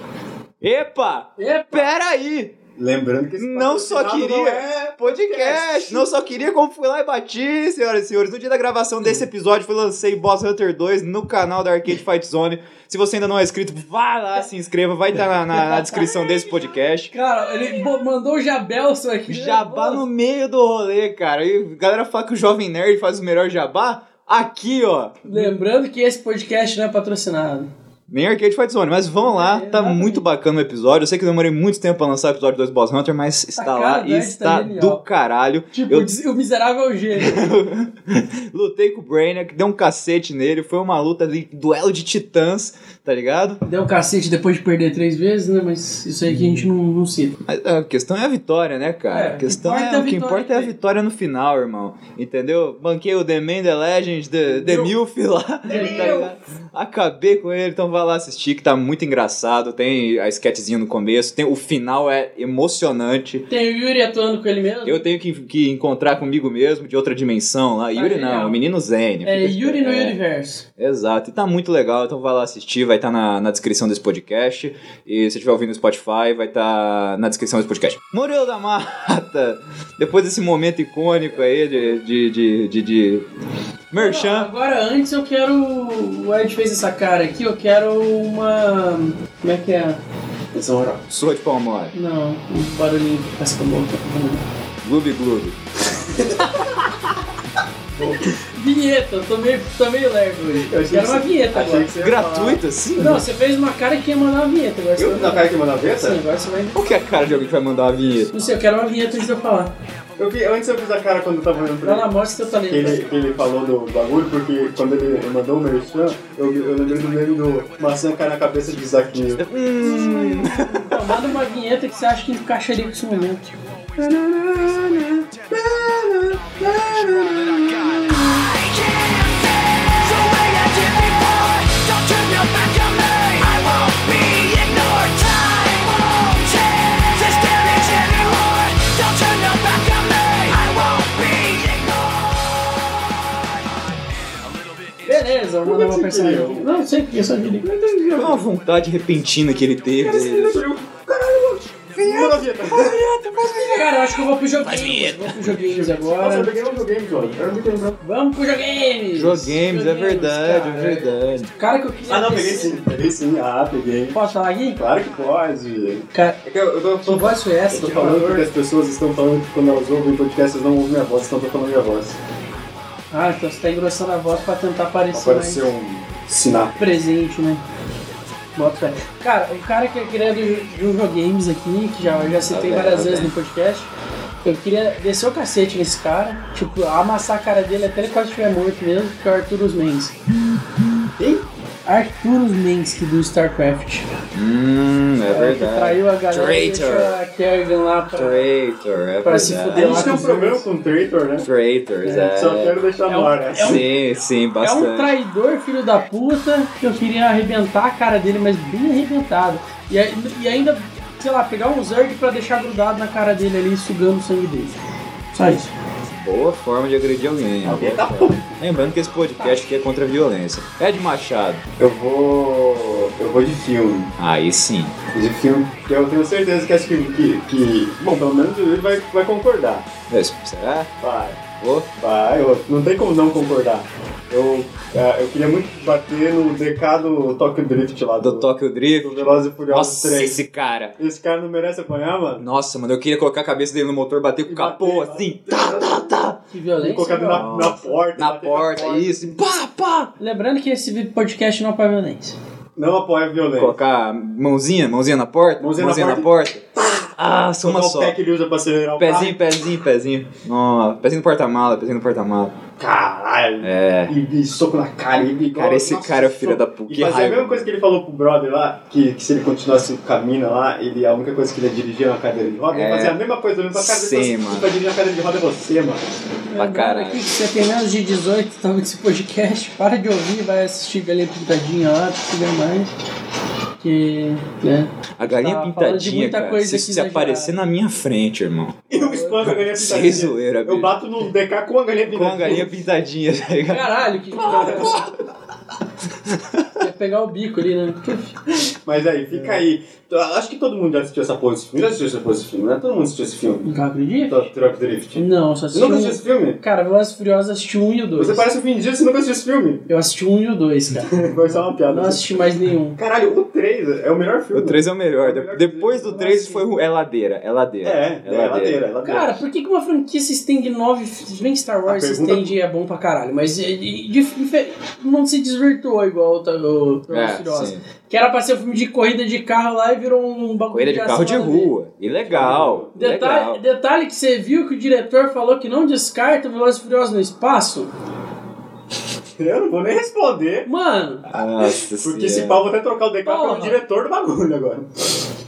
Epa! Epa! Pera aí! Lembrando que Não só patrocinado queria- não é Podcast! Não só queria como fui lá e bati, senhoras e senhores. No dia da gravação desse episódio, eu lancei Boss Hunter 2 no canal da Arcade Fight Zone. Se você ainda não é inscrito, vá lá, se inscreva, vai estar na, na- na descrição desse podcast. Cara, ele bo- mandou o Jabelson aqui. Jabá no meio do rolê, cara. E a galera fala que o Jovem Nerd faz o melhor jabá. Aqui, ó. Lembrando que esse podcast não é patrocinado. Nem Arcade Fight Zone, mas vão lá, tá É, Exatamente. muito bacana o episódio. Eu sei que eu demorei muito tempo pra lançar o episódio 2 Boss Hunter, mas está Tá cara, lá e velho, está tá genial. do caralho. Tipo, Eu- o des- o miserável gênio. Lutei com o Brainiac, dei um cacete nele, foi uma luta de duelo de titãs, tá ligado? Deu um cacete depois de perder três vezes, né? Mas isso aí que a gente não, não cita. Mas a questão é a vitória, né, cara? É, a questão o que é importa é o que importa é a a vitória dele. vitória no final, irmão. Entendeu? Banquei o The Man, The Legend, The, The Eu- Milf lá. tá ligado? Acabei com ele, então vai lá assistir, que tá muito engraçado. Tem a sketchzinha no começo, tem, o final é emocionante. Tem o Yuri atuando com ele mesmo? Eu tenho que, que encontrar comigo mesmo de outra dimensão lá. Yuri não, legal. o menino Zen. Tá É Fica- Yuri no é, Universo. Exato, e tá muito legal, então vai lá assistir, vai estar na, na descrição desse podcast. E se você estiver ouvindo no Spotify, vai estar na descrição desse podcast. Murilo da Mata! Depois desse momento icônico aí de. de. de. de, de... Não, Merchan. Agora, antes eu quero. O Ed fez essa cara aqui, eu quero uma. Como é que é? Atenção oral. Sou de Palmora. Não, um barulhinho que faz com a boca. Gloob Gloob. Vinheta, eu tô meio, tô meio leve hoje. Eu Eu achei quero que uma você- vinheta Achei agora. que você ia falar. Gratuito assim? Não, você fez uma cara que ia mandar uma vinheta. Agora você Eu na vai- cara que mandou a vinheta? Sim, agora você vai. Qual que é a cara de alguém que vai mandar uma vinheta? Não sei, eu quero uma vinheta antes de eu falar. Eu vi, antes eu fiz a cara quando eu tava olhando pra Vai ele. lá, mostra seu que talento. ele, que ele falou do bagulho, porque quando ele mandou o merchan, eu, eu lembrei do meme do maçã cai na cabeça de Zaquinho. Hum. Não, manda uma vinheta que você acha que encaixaria com esse momento. Beleza, eu vou mandar uma é você personagem. queria? Não, sei porque eu só diria. Foi é uma vontade repentina que ele teve. Caralho, vinheta! Cara, eu acho que eu vou pro joguinho. Vou pro joguinhos Nossa, eu agora. peguei um videogame, Johnny. Eu não me lembro. Vamos pro joguinhos! Jogames, é verdade, cara. é verdade. Cara que eu queria. Ah, não, ter- peguei sim. Peguei sim. Ah, peguei. Posso falar aqui? Claro que pode. Cara, É que eu, eu tô, que tô, voz foi essa? tô falando porque as pessoas estão falando que quando elas ouvem podcast, elas não ouvem minha voz, então eu tô falando minha voz. Ah, então você tá engrossando a voz pra tentar parecer mais Apareceu um sinal. presente, né? Bota fé. Cara, o cara que eu queria do, do Jogames aqui, que já, já citei Tá bem, várias tá vezes bem. no podcast, eu queria descer o cacete nesse cara, tipo, amassar a cara dele até ele quase estiver morto mesmo, que é o Arturus Mendes. Quem? Arturus Mendes, que do StarCraft. Hum, é Cara, que verdade. traiu a galera e Traitor. deixou a Kerrigan lá pra... Traitor, é Pra se verdade. A fuder gente tem um problema com o Traitor, né? Traitors, é. Só quero deixar É um- no ar, né? é um- Sim, sim, É bastante. um traidor, filho da puta, que eu queria arrebentar a cara dele, mas bem arrebentado. E, ai- e ainda, sei lá, pegar um Zerg pra deixar grudado na cara dele ali, sugando o sangue dele. Só isso. Boa forma de agredir alguém. Alguém boa tá forma. Lembrando que esse podcast aqui é contra a violência. Ed Machado. Eu vou. Eu vou de filme. Aí sim. De filme. que Eu tenho certeza que acho que. que, que- bom, pelo menos ele vai, vai concordar. Mas, Será? Vai, Ô, vai. Ah, eu- não tem como não concordar. Eu, ah, eu queria muito bater no DK do Tokyo Drift lá do, do Tokyo do Drift. Velozes e Furiosos Nossa, 3. esse cara. Esse cara não merece apanhar, mano? Nossa, mano, eu queria colocar a cabeça dele no motor, bater com o E capô bater, assim, Que Tem violência. colocado cara. na, na porta. na bater porta, isso, e pá, pá. Lembrando que esse vídeo podcast não é pra violência. Não apoia a violência. Colocar a mãozinha, mãozinha na porta, Mãozinha na na porta. Ah, só uma Qual só. pé que ele usa pra acelerar o Pezinho, pezinho, pezinho. Nossa, pezinho no porta-mala, pezinho no porta-mala. carro? Caralho. É. E, e soco na cara. E, e, Cara, esse nossa, cara é o filho soco. da puta. E Que fazer a raiva. mesma coisa que ele falou pro brother lá, que, que se ele continuasse o caminho lá, ele, a única coisa que ele ia dirigir era uma cadeira de roda, É. ele fazia a mesma coisa olhando pra cara Sim, dele. mano. Você vai dirigir uma cadeira de roda é você, mano. Pra Agora caralho. aqui, se você tem menos de 18, tá nesse podcast, para de ouvir, vai assistir Galinha Pintadinha lá, tudo bem mais. Que. né? A galinha Tá, falando de pintadinha, muita cara, coisa se, aqui se exagerada. aparecer na minha frente, irmão. Eu espanco a galinha Sem pintadinha. zoeira, né? Eu bicho. bato né? no DK com a galinha pintadinha. Com a galinha pintadinha, tá ligado? Caralho, que. Ia pegar o bico ali, né? Mas aí, fica É. aí. Eu Acho que todo mundo já assistiu essa porra desse filme. Já assistiu essa porra desse filme, né? Todo mundo assistiu esse filme. Não acredito? Top Truck Drift. Não, só Você assisti. nunca assistiu Um... esse filme? Cara, Velozes e Furiosos assisti um e o dois. Você parece o Vin Diesel, você nunca assistiu esse filme. Eu assisti um e o dois, cara. Foi só uma piada. Não assisti mais nenhum. Caralho, o 3 é o melhor filme. O 3 é o melhor. De- É o melhor Depois do 3 foi o- é ladeira, é ladeira. É, é, é ladeira, é ladeira. Cara, por que que uma franquia se estende nove. Se bem que Star Wars A se pergunta- estende e é bom pra caralho, mas é, de- de- não se desvirtuou igual o Ta- o Velozes e É, Furiosos. sim. Que era pra ser um filme de corrida de carro lá e virou um bagulho Corrida de ação carro de lá no meio. rua. Ilegal. Detalhe, Legal. detalhe que você viu que o diretor falou que não descarta o Velozes e Furiosos no espaço? Eu não vou nem responder. Mano, Nossa Porque esse senhora. pau vou até trocar o DK Porra. pelo diretor do bagulho agora.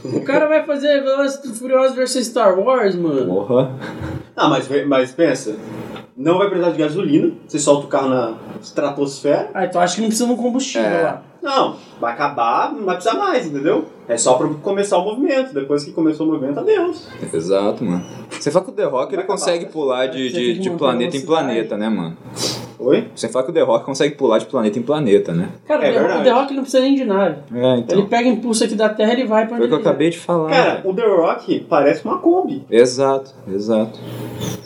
o cara vai fazer Velozes e Furiosos versus Star Wars, mano. Porra. Ah, mas, mas pensa. Não vai precisar de gasolina. Você solta o carro na estratosfera. Ah, então acho que não precisa de um combustível É. lá. Não, vai acabar, não vai precisar mais, entendeu? É só pra começar o movimento. Depois que começou o movimento, adeus. Exato, mano. Você fala que o The Rock ele Vai acabar. consegue pular de, Você de, tem que de manter planeta em velocidade. planeta, né, mano? Oi? Você fala que o The Rock consegue pular de planeta em planeta, né? Cara, É o The- verdade. o The Rock não precisa nem de nave. É, então. Ele pega impulso aqui da Terra e ele vai pra Foi o que eu ele- acabei de falar. Cara, velho. o The Rock parece uma Kombi. Exato, exato.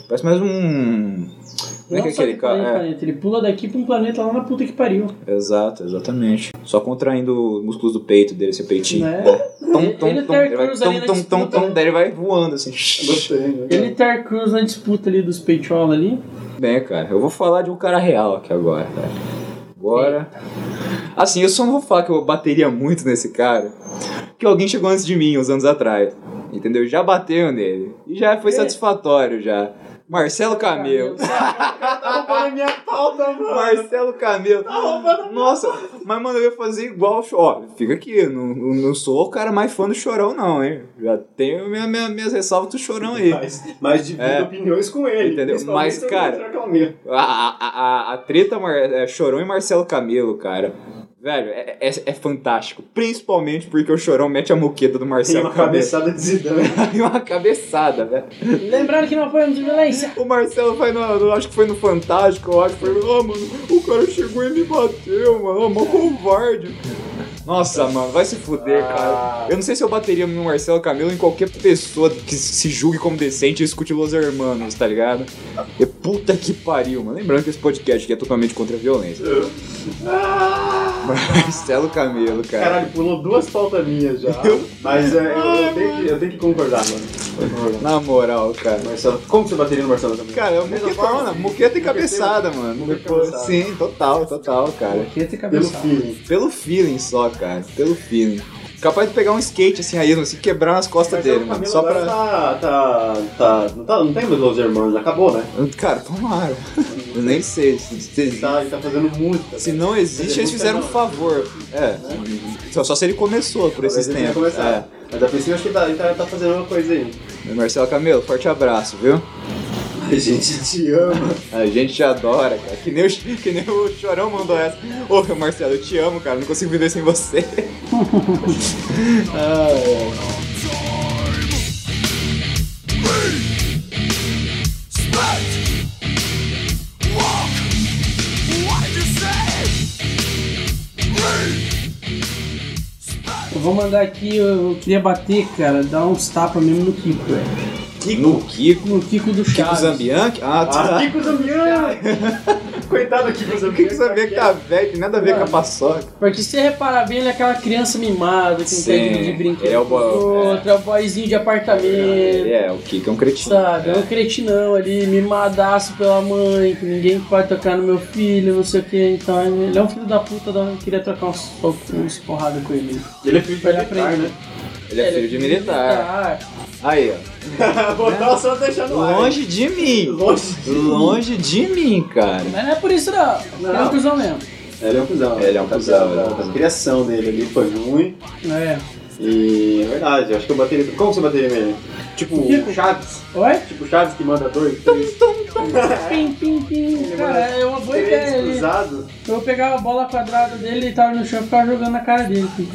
Parece mais um. Como é que é Não só de aquele planeta, em cara? planeta, ele pula daqui pra um planeta lá na puta que pariu. É, exato, exatamente. Só contraindo os músculos do peito dele, esse peitinho. Né? É. Tom, Ele- tom, ele tom. tem Ele vai Cruz ali tom, na tom, tom, disputa, tom. né? Daí ele vai voando assim. Gostei, né? Ele e Terry Crews na disputa ali dos peitiola ali. Bem, cara, eu vou falar de um cara real aqui agora, cara. Agora. Assim, eu só não vou falar que eu bateria muito nesse cara, que alguém chegou antes de mim uns anos atrás. Entendeu? Já bateu nele. E já foi É. satisfatório já. Marcelo Camelo. Tá roubando a minha pauta, mano. Marcelo Tá Camelo. Nossa, mas mano, eu ia fazer igual. o Cho- Ó, fica aqui, eu não, eu não sou o cara mais fã do chorão, não, hein? Já tenho minha, minha- minhas ressalvas do chorão aí. Mas, mas divida É. opiniões com ele. Entendeu? principalmente Mas, sobre cara, o Sr. Calmeiro. A, a, a, a treta Mar- é, Chorão e Marcelo Camelo, cara. Velho, é, é, é fantástico. Principalmente porque o Chorão mete a moqueta do Tem Marcelo uma Camelo. cabeçada de Zidane. E uma cabeçada, velho. Lembrando que não apoiamos violência. O Marcelo foi no, no- Acho que foi no Fantástico, eu acho. Foi, ah, mano, o cara chegou e me bateu, mano. Ah, Mó covarde. Nossa, mano, vai se Ah. fuder, cara. Eu não sei se eu bateria no Marcelo Camelo ou em qualquer pessoa que se julgue como decente e escute Los Hermanos, tá ligado? E puta que pariu, mano. Lembrando que esse podcast aqui é totalmente contra a violência. Marcelo Camelo, cara. Ah, Caralho, pulou duas pautas minhas já. Mas é, eu, eu tenho que, eu tenho que concordar, mano. Eu concordo. Na moral, cara. Marcelo, como você bateria no Marcelo Camilo? Cara, é uma Mesma moquetona, forma? moqueta e cabeçada, mano. Moqueta e cabeçada. Sim, total, total, cara. Moqueta e Pelo cabeça. feeling. Pelo feeling só, cara. Pelo feeling. Capaz de pegar um skate assim, aí, assim, quebrar nas costas Marcelo dele, mano. é Camilo Só agora pra. Tá, tá, tá, não, tá, não tem mais Los Hermanos, acabou, né? Cara, tomara. Eu nem sei. Se, Ele se- tá, ele tá fazendo música. se não existe, eles fizeram um favor. É. Só, só se ele começou por esses Talvez ele tenha tempos. começado. É. Mas a princípio eu acho que tá, ele tá, tá fazendo uma coisa aí. Marcelo Camelo, forte abraço, viu? A gente te ama. A gente te adora, cara. Que nem o, que nem o Chorão mandou essa. Ô, Marcelo, eu te amo, cara. Não consigo viver sem você. é. ah, Eu vou mandar aqui, eu queria bater, cara, dar uns tapas mesmo no Kiko, velho. é. Kiko. No Kiko. No Kiko do Kiko Chaves. Zambianchi? Ah, tá. Ah, Kiko Zambian! Coitado do Kiko Zambian. Kiko Zambianchi tá velho, tem nada a ver com a paçoca. Porque se você reparar bem, ele é aquela criança mimada que não Sim, quer dividir brinquedo ele é o com bo- os outros, é. o boyzinho de apartamento. É, o Kiko é um cretino. Sabe, é um cretinão ali, mimadaço pela mãe, que ninguém pode tocar no meu filho, não sei o que, então ele é um filho da puta, eu queria trocar uns, uns porrada com ele. Ele é filho de Pra ele militar, aprender. né? Ele é filho de militar. Tá. Aí, ó. Botar né? só deixar no ar. Longe de mim. Longe. Longe de mim, cara. Mas não é por isso não. Ele é um Não. cuzão mesmo. Ele é um cuzão. Ele é um cuzão, ele é um A cuzão. criação dele ali foi ruim. É. E é verdade, eu acho que eu bateria. Como você bateria nele? Tipo Tipo. Chaves. Oi? Tipo Chaves que manda dois, três. Pim, pim, pim. Cara, é uma boa ideia. três ele- cruzados. Eu pegava a bola quadrada dele, ele tava no chão e ficava jogando na cara dele. filho.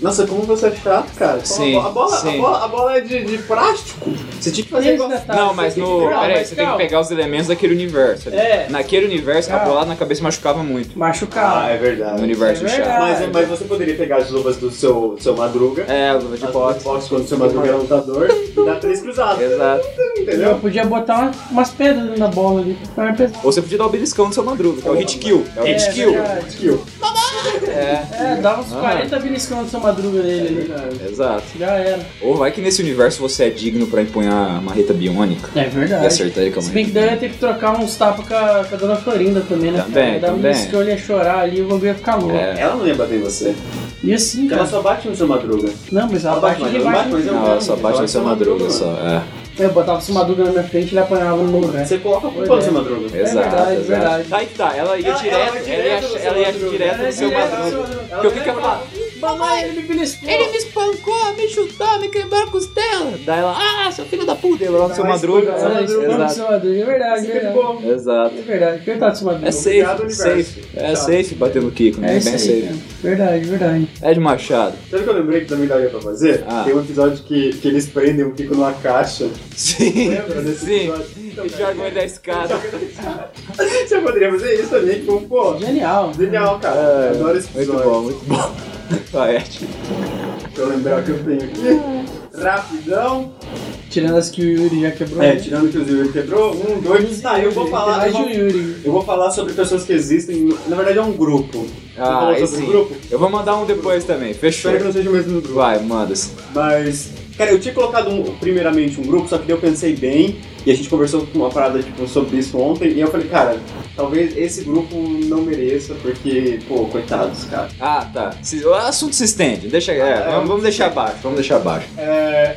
Nossa, como você é chato, cara. Sim, a, bola, a, sim. bola, a bola é de, de plástico. Você tinha que Esse igual- detalhe, Não, mas você no. tem que- Peraí, Não, mas você tem que calma. pegar os elementos daquele universo. ali. É. Naquele universo, a Calma. bolada na cabeça machucava muito. Machucava. é verdade. No universo É do Chaves. verdade. Mas, mas você poderia pegar as luvas do seu, do seu madruga. É, luva de as boxe. boxe quando o seu madruga era lutador. e dá três cruzados. Exato. eu Entendeu? podia botar uma- umas pedras dentro da bola ali. pra ficar pesado. Ou você podia dar o beliscão do seu madruga, que é o hit kill. É o É, hit kill. verdade. Skill. É. É, dava uns Ah. 40 beliscão do seu madruga nele ali. Exato. Já era. Ou vai que nesse universo você é digno pra empunhar a marreta biônica. É E verdade. acertar ele com a Se bem que marreta. daí eu ia ter que trocar uns tapas com, a- com a dona Florinda também, né? Também, cara? Dava um também. beliscão, eu ia chorar ali, o bagulho ia ficar louco. É. Ela não ia bater em você. E assim, Porque ela cara. só bate no seu madruga. Não, mas ela Ela bate bate, de mas baixo. bate, mas Não, ela só bate no seu madruga só. É. Eu botava o seu madruga na minha frente e ele apanhava no meu lugar. Você coloca a Pois culpa no é. seu madruga. Exato, verdade, exato. verdade. Aí que tá, ela ia Ela- direto, ela ela, vai ia, direto no seu ela ia madruga. direto Ela no seu ia direto no madruga. seu madruga. Porque o que que ela fala? Mamãe, É, ele me beliscou. Ele me espancou, me chutou, me quebrou a costela. Daí ela, ah, seu filho da puta, ele lá no seu Ela madruga. escuta, ela escuta. Exato, É verdade, é verdade. exato. É verdade, coitado desse madruga. É Obrigado, safe, universo. safe. É safe bater no Kiko, né? É isso bem aí, safe. cara. Verdade, verdade. É de Machado. Sabe o que eu lembrei que também daria pra fazer? Ah. Tem um episódio que, que eles prendem o Kiko numa caixa. Sim, Lembra desse sim. episódio? Então, E cara, joga ele é da escada. Você poderia fazer isso também, tipo, pô, Genial. genial, cara. É, Adoro esse Muito episódio. bom, muito bom. Vai, Ed. Deixa eu lembrar o que eu tenho aqui. Rapidão. Tirando as que o Yuri já quebrou. É, tirando que o Zero quebrou. Um, dois. Tá, eu vou falar. Eu Mais de um vou, Yuri. eu vou falar sobre pessoas que existem. Na verdade, é um grupo. Você Ah, falou aí sobre sim. um grupo? Eu vou mandar um depois também, fechou. Espero que não seja o mesmo grupo. Vai, manda. -se. Mas, cara, eu tinha colocado um- primeiramente um grupo, só que daí eu pensei bem, e a gente conversou com uma parada tipo, sobre isso ontem, e eu falei, cara, talvez esse grupo não mereça, porque, pô, coitados, cara. Ah, tá. Se- o assunto se estende. Deixa, é, Ah, é. vamos, vamos deixar abaixo, vamos deixar abaixo. É.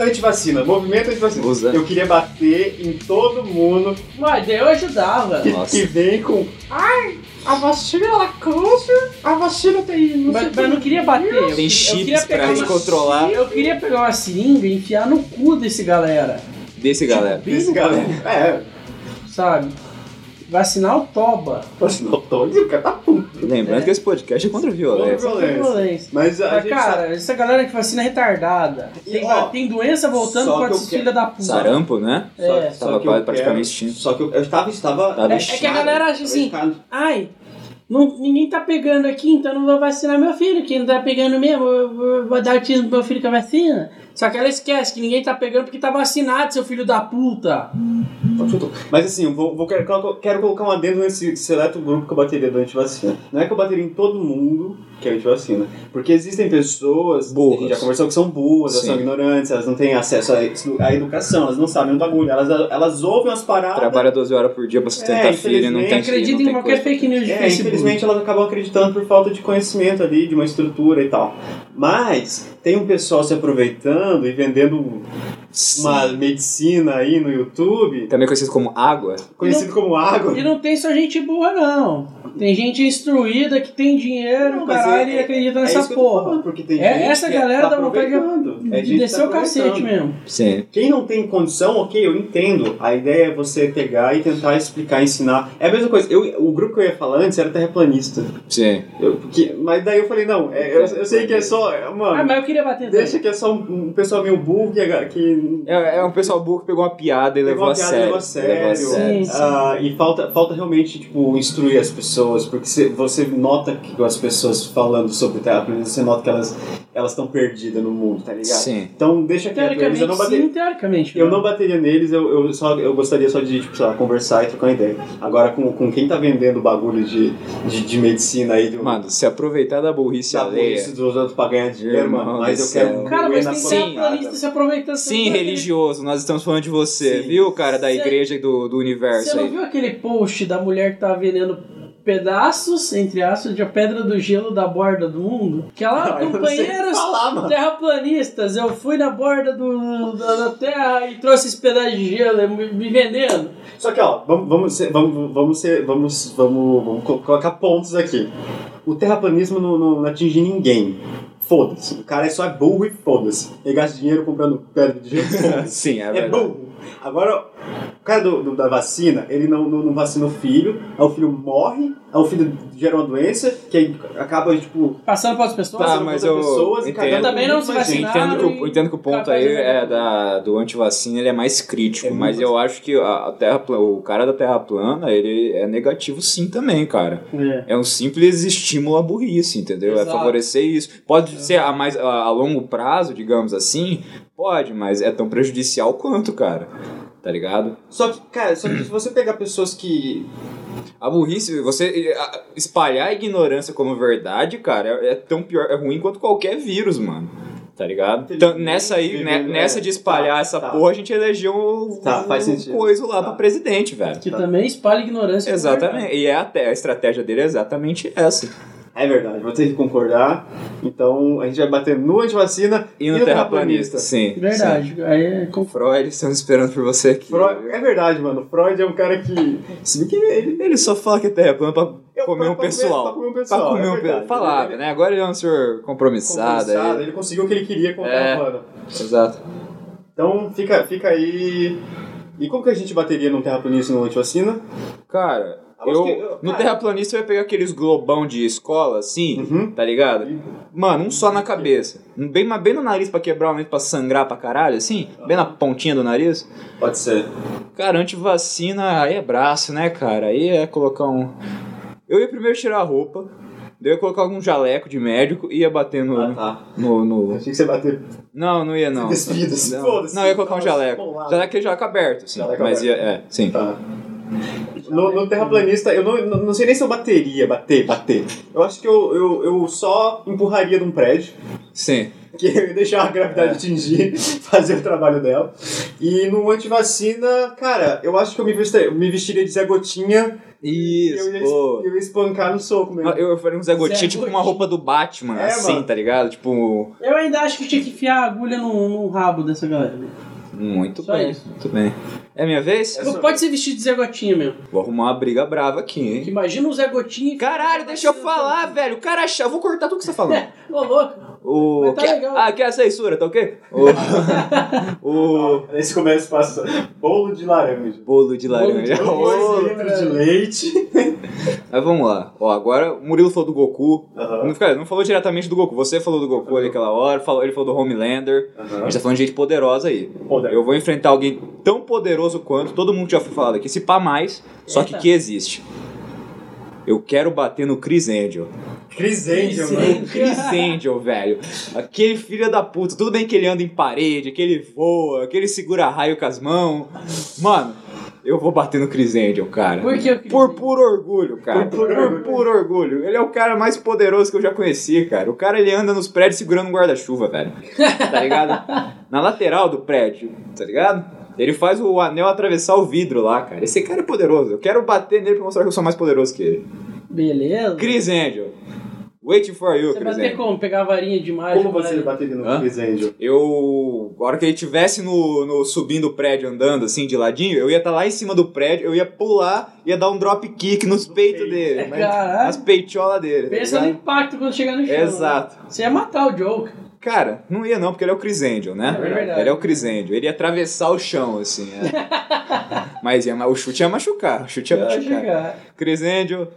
Antivacina, movimento antivacina. Usa. Eu queria bater em todo mundo Mas daí eu ajudava. que, Nossa. que vem com. Ai, a vacina ela câncer, a vacina tem. Não Mas, mas eu não queria bater. Eu, Tem queria- eu queria chips pegar pra uma gente controlar Eu queria pegar uma seringa e enfiar no cu desse galera, desse galera. Esse galera. É, sabe? Vacinar o toba. vacinou todo, o cara tá puto. Lembrando que esse podcast é contra a violência. Violência. Violência. Mas a é Mas, gente cara, essa galera que vacina é retardada. E, Tem, ó, tem doença voltando só com que eu as quero- filhas da puta. Sarampo, né? É. Só Tava que eu quase praticamente quero- extinto. Só que eu, eu estava, estava. Tava é- extinto. é que a galera acha assim. Ai, não- ninguém tá pegando aqui, então eu não vou vacinar meu filho. Quem não tá pegando mesmo, eu vou, vou dar o tiro pro meu filho com a vacina. Só que ela esquece que ninguém tá pegando porque tá vacinado, seu filho da puta. Mas assim, eu vou, vou quero, colo- quero colocar um adendo nesse seleto grupo que eu bateria do antivacina. Não é que eu bateria em todo mundo que é antivacina. Porque existem pessoas Burras. que a gente já conversou que são burras, elas Sim. são ignorantes, elas não têm acesso à edu- à educação, elas não sabem o bagulho, elas, elas ouvem as paradas. Trabalha 12 horas por dia pra sustentar a filha, não É, infelizmente, tem filho, Acredita não em tem coisa. qualquer fake news de É, Facebook. infelizmente elas acabam acreditando por falta de conhecimento ali, de uma estrutura e tal. Mas tem um pessoal se aproveitando e vendendo uma medicina aí no YouTube, Também conhecido como água. conhecido como água. E não tem só gente boa, não. Tem gente instruída que tem dinheiro, Não, mas caralho, é- e acredita É nessa isso que eu tô porra. falando, porque tem É, gente essa que galera tá dá vontade de- aproveitando. É gente que tá Desceu o cacete aproveitando. mesmo. Sim. Quem não tem condição, ok, eu entendo. A ideia é você pegar e tentar explicar, ensinar. É a mesma coisa. Eu, o grupo que eu ia falar antes era terraplanista. Sim. Eu, porque- mas daí eu falei, não, é- eu, eu sei que é só. é, Mano, Ah, mas eu queria bater Deixa que é só um, um pessoal meio burro que, é- que É, é um pessoal burro que pegou uma piada e Pegou levou uma a piada, sério. levou a sério. Levou a sério. Sim. Ah, e falta, falta realmente tipo, instruir as pessoas, porque cê- você nota que as pessoas falando sobre terraplanismo, você nota que elas elas estão perdidas no mundo, tá ligado? Sim. Então deixa quieto eles, eu Teoricamente, não bateria, sim, teoricamente. eu não bateria neles, eu, eu, só, eu gostaria só de tipo, sei lá, conversar e trocar uma ideia. Agora com, com quem tá vendendo bagulho de, de, de medicina aí, do, Mano, se aproveitar da burrice da alheia. polícia dos outros pra ganhar dinheiro, Irmão mano, mas do eu quero céu. Cara, doer mas na tem sua terraplanista cara. se aproveitando. Você não Sim, viu aquele- religioso, nós estamos falando de você, Sim. viu, cara, da Cê- igreja e do, do Você universo não aí. viu aquele post da mulher que tava tá vendendo pedaços, entre aspas, de a pedra do gelo da borda do mundo. Que ela, Ah, Eu não sei companheiros falar, mano. terraplanistas, eu fui na borda do, da, da terra e trouxe esse pedaço de gelo me, me vendendo. Só que, ó, vamos, vamos, ser, vamos, vamos, ser, vamos, vamos, vamos co- colocar pontos aqui. O terraplanismo não, não, não atinge ninguém. Foda-se. O cara é só é burro e foda-se. Ele gasta dinheiro comprando pedra de gelo, foda-se. Sim, é, É verdade. burro. Agora, o cara do, do- da vacina, ele não, não, não vacina o filho, aí o filho morre, aí o filho gera uma doença, que aí acaba, tipo, Passando para as pessoas. Tá, mas eu entendo. Também não se Eu entendo que, o- eu entendo que o ponto aí é da, do antivacina ele é mais crítico, É muito mas eu acho que a a terra, pla- o cara da Terra plana ele é negativo sim também, cara. É. É um simples estímulo à burrice, entendeu? É Exato. favorecer isso. Pode ser a mais a, a longo prazo, digamos assim, pode, mas é tão prejudicial quanto, cara. Tá ligado? Só que, cara, só que se você pegar pessoas que. A burrice, você eh, a- espalhar a ignorância como verdade, cara, é, é tão pior, é ruim quanto qualquer vírus, mano. Tá ligado? Então, nessa aí, né, Vivendo, é. nessa de espalhar Tá, essa tá. porra, a gente elegeu o, Tá, faz o sentido. coisa lá Tá. pra presidente, velho. Que também espalha ignorância. né? com verdade. Tá. Exatamente. E é até, a estratégia dele é exatamente essa. É verdade, vou ter que concordar. Então a gente vai bater no antivacina E no terraplanista. Sim. sim. Verdade. Aí é com- Freud, estamos esperando por você aqui. Freud- é verdade, mano. Freud é um cara que. Se bem que ele. Ele só fala que é terra plana pra Eu- comer um pra- pra comer- pessoal. pra comer um pessoal, é um pe- verdade. Falava, né? Agora ele é um senhor compromissado. aí. Compensado, ele conseguiu o que ele queria com o É. terraplano. Exato. Então fica, fica aí. E como que a gente bateria num terraplanista e num antivacina? Cara, Ah, mas eu, que- eu- no cara- terraplanista eu ia pegar aqueles globão de escola, assim, Uhum. tá ligado? Mano, um só na cabeça. Um Bem, mas bem no nariz pra quebrar o nariz, pra sangrar pra caralho, assim. Bem na pontinha do nariz. Pode ser. Cara, antivacina aí é braço, né, cara? Aí é colocar um... Eu ia primeiro tirar a roupa, daí eu ia colocar algum jaleco de médico e ia bater no... Ah, tá. no, no- Achei que você bater Não, não ia não. despidas. Não, Foda-se. não, eu ia colocar um Nossa, jaleco. vamos lá. Jaleco é jaleco aberto, sim. Jaleco Mas ia... aberto. É, sim. Tá. No, no terraplanista, eu não, não- não sei nem se eu bateria, bater, bater. Eu acho que eu, eu, eu só empurraria de um prédio, Sim. que eu ia deixar a gravidade É. atingir, fazer o trabalho dela. E no antivacina, cara, eu acho que eu me vestiria, me vestiria de Zé Gotinha e Isso, eu ia, es- pô. eu ia espancar no soco mesmo. Ah, Eu faria um Zé Gotinha, Zé tipo com Gotinha. uma roupa do Batman, É, assim, mano. tá ligado? Tipo, Eu ainda acho que tinha que enfiar a agulha no, no rabo dessa galera. muito Só bem, isso. muito bem. É minha vez? É Não só- pode ser vestido de Zé Gotinha mesmo. Vou arrumar uma briga brava aqui, Que hein? Imagina o Zé Gotinha. Caralho, deixa eu falar, velho. O cara achar. Eu vou cortar tudo que você tá falando. Ô, louco. O... Mas tá quer... legal. Ah, quer a censura, tá ok? O... o... Ah, Esse começo passa bolo de laranja. Bolo de laranja. Bolo Dois de Ô, litros de leite. Mas vamos lá. Ó, agora o Murilo falou do Goku. Aham, Não, cara, não falou diretamente do Goku. Você falou do Goku ali aquela hora, falou, ele falou do Homelander. A aham. gente tá falando de gente poderosa aí. Poder. Eu vou enfrentar alguém tão poderoso quanto todo mundo já foi falado aqui, se pá mais, só que Eita. que existe. Eu quero bater no Chris Angel. Chris Angel, Chris mano. Angel. Chris Angel, velho. Aquele filho da puta. Tudo bem que ele anda em parede, que ele voa, que ele segura raio com as mãos. Mano, eu vou bater no Chris Angel, cara. Por que o Chris Por Angel? puro orgulho, cara. Por puro orgulho. puro orgulho. Ele é o cara mais poderoso que eu já conheci, cara. O cara, ele anda nos prédios segurando um guarda-chuva, velho. Tá ligado? Na lateral do prédio, tá ligado? Ele faz o anel atravessar o vidro lá, cara. Esse cara é poderoso. Eu quero bater nele pra mostrar que eu sou mais poderoso que ele. Beleza. Chris Angel. Wait for you, Você Chris bater Angel. como? Pegar a varinha de mágica? Como você né? bateria no Hã? Chris Angel? Eu, a hora que ele estivesse no, no- subindo o prédio andando assim de ladinho, eu ia estar lá em cima do prédio, eu ia pular, ia dar um drop kick nos peitos peito. dele, mas- Caralho. nas peitiolas dele. tá Pensa no ligado? impacto quando chegar no chão. né? Exato. Você ia matar o Joker. Cara, não ia não, porque ele é o Chris Angel, né? É verdade. Ele é o Chris Angel. Ele ia atravessar o chão, assim. é. Mas ia ma- o chute ia machucar. O chute ia Eu ia machucar. chegar. Chris Angel,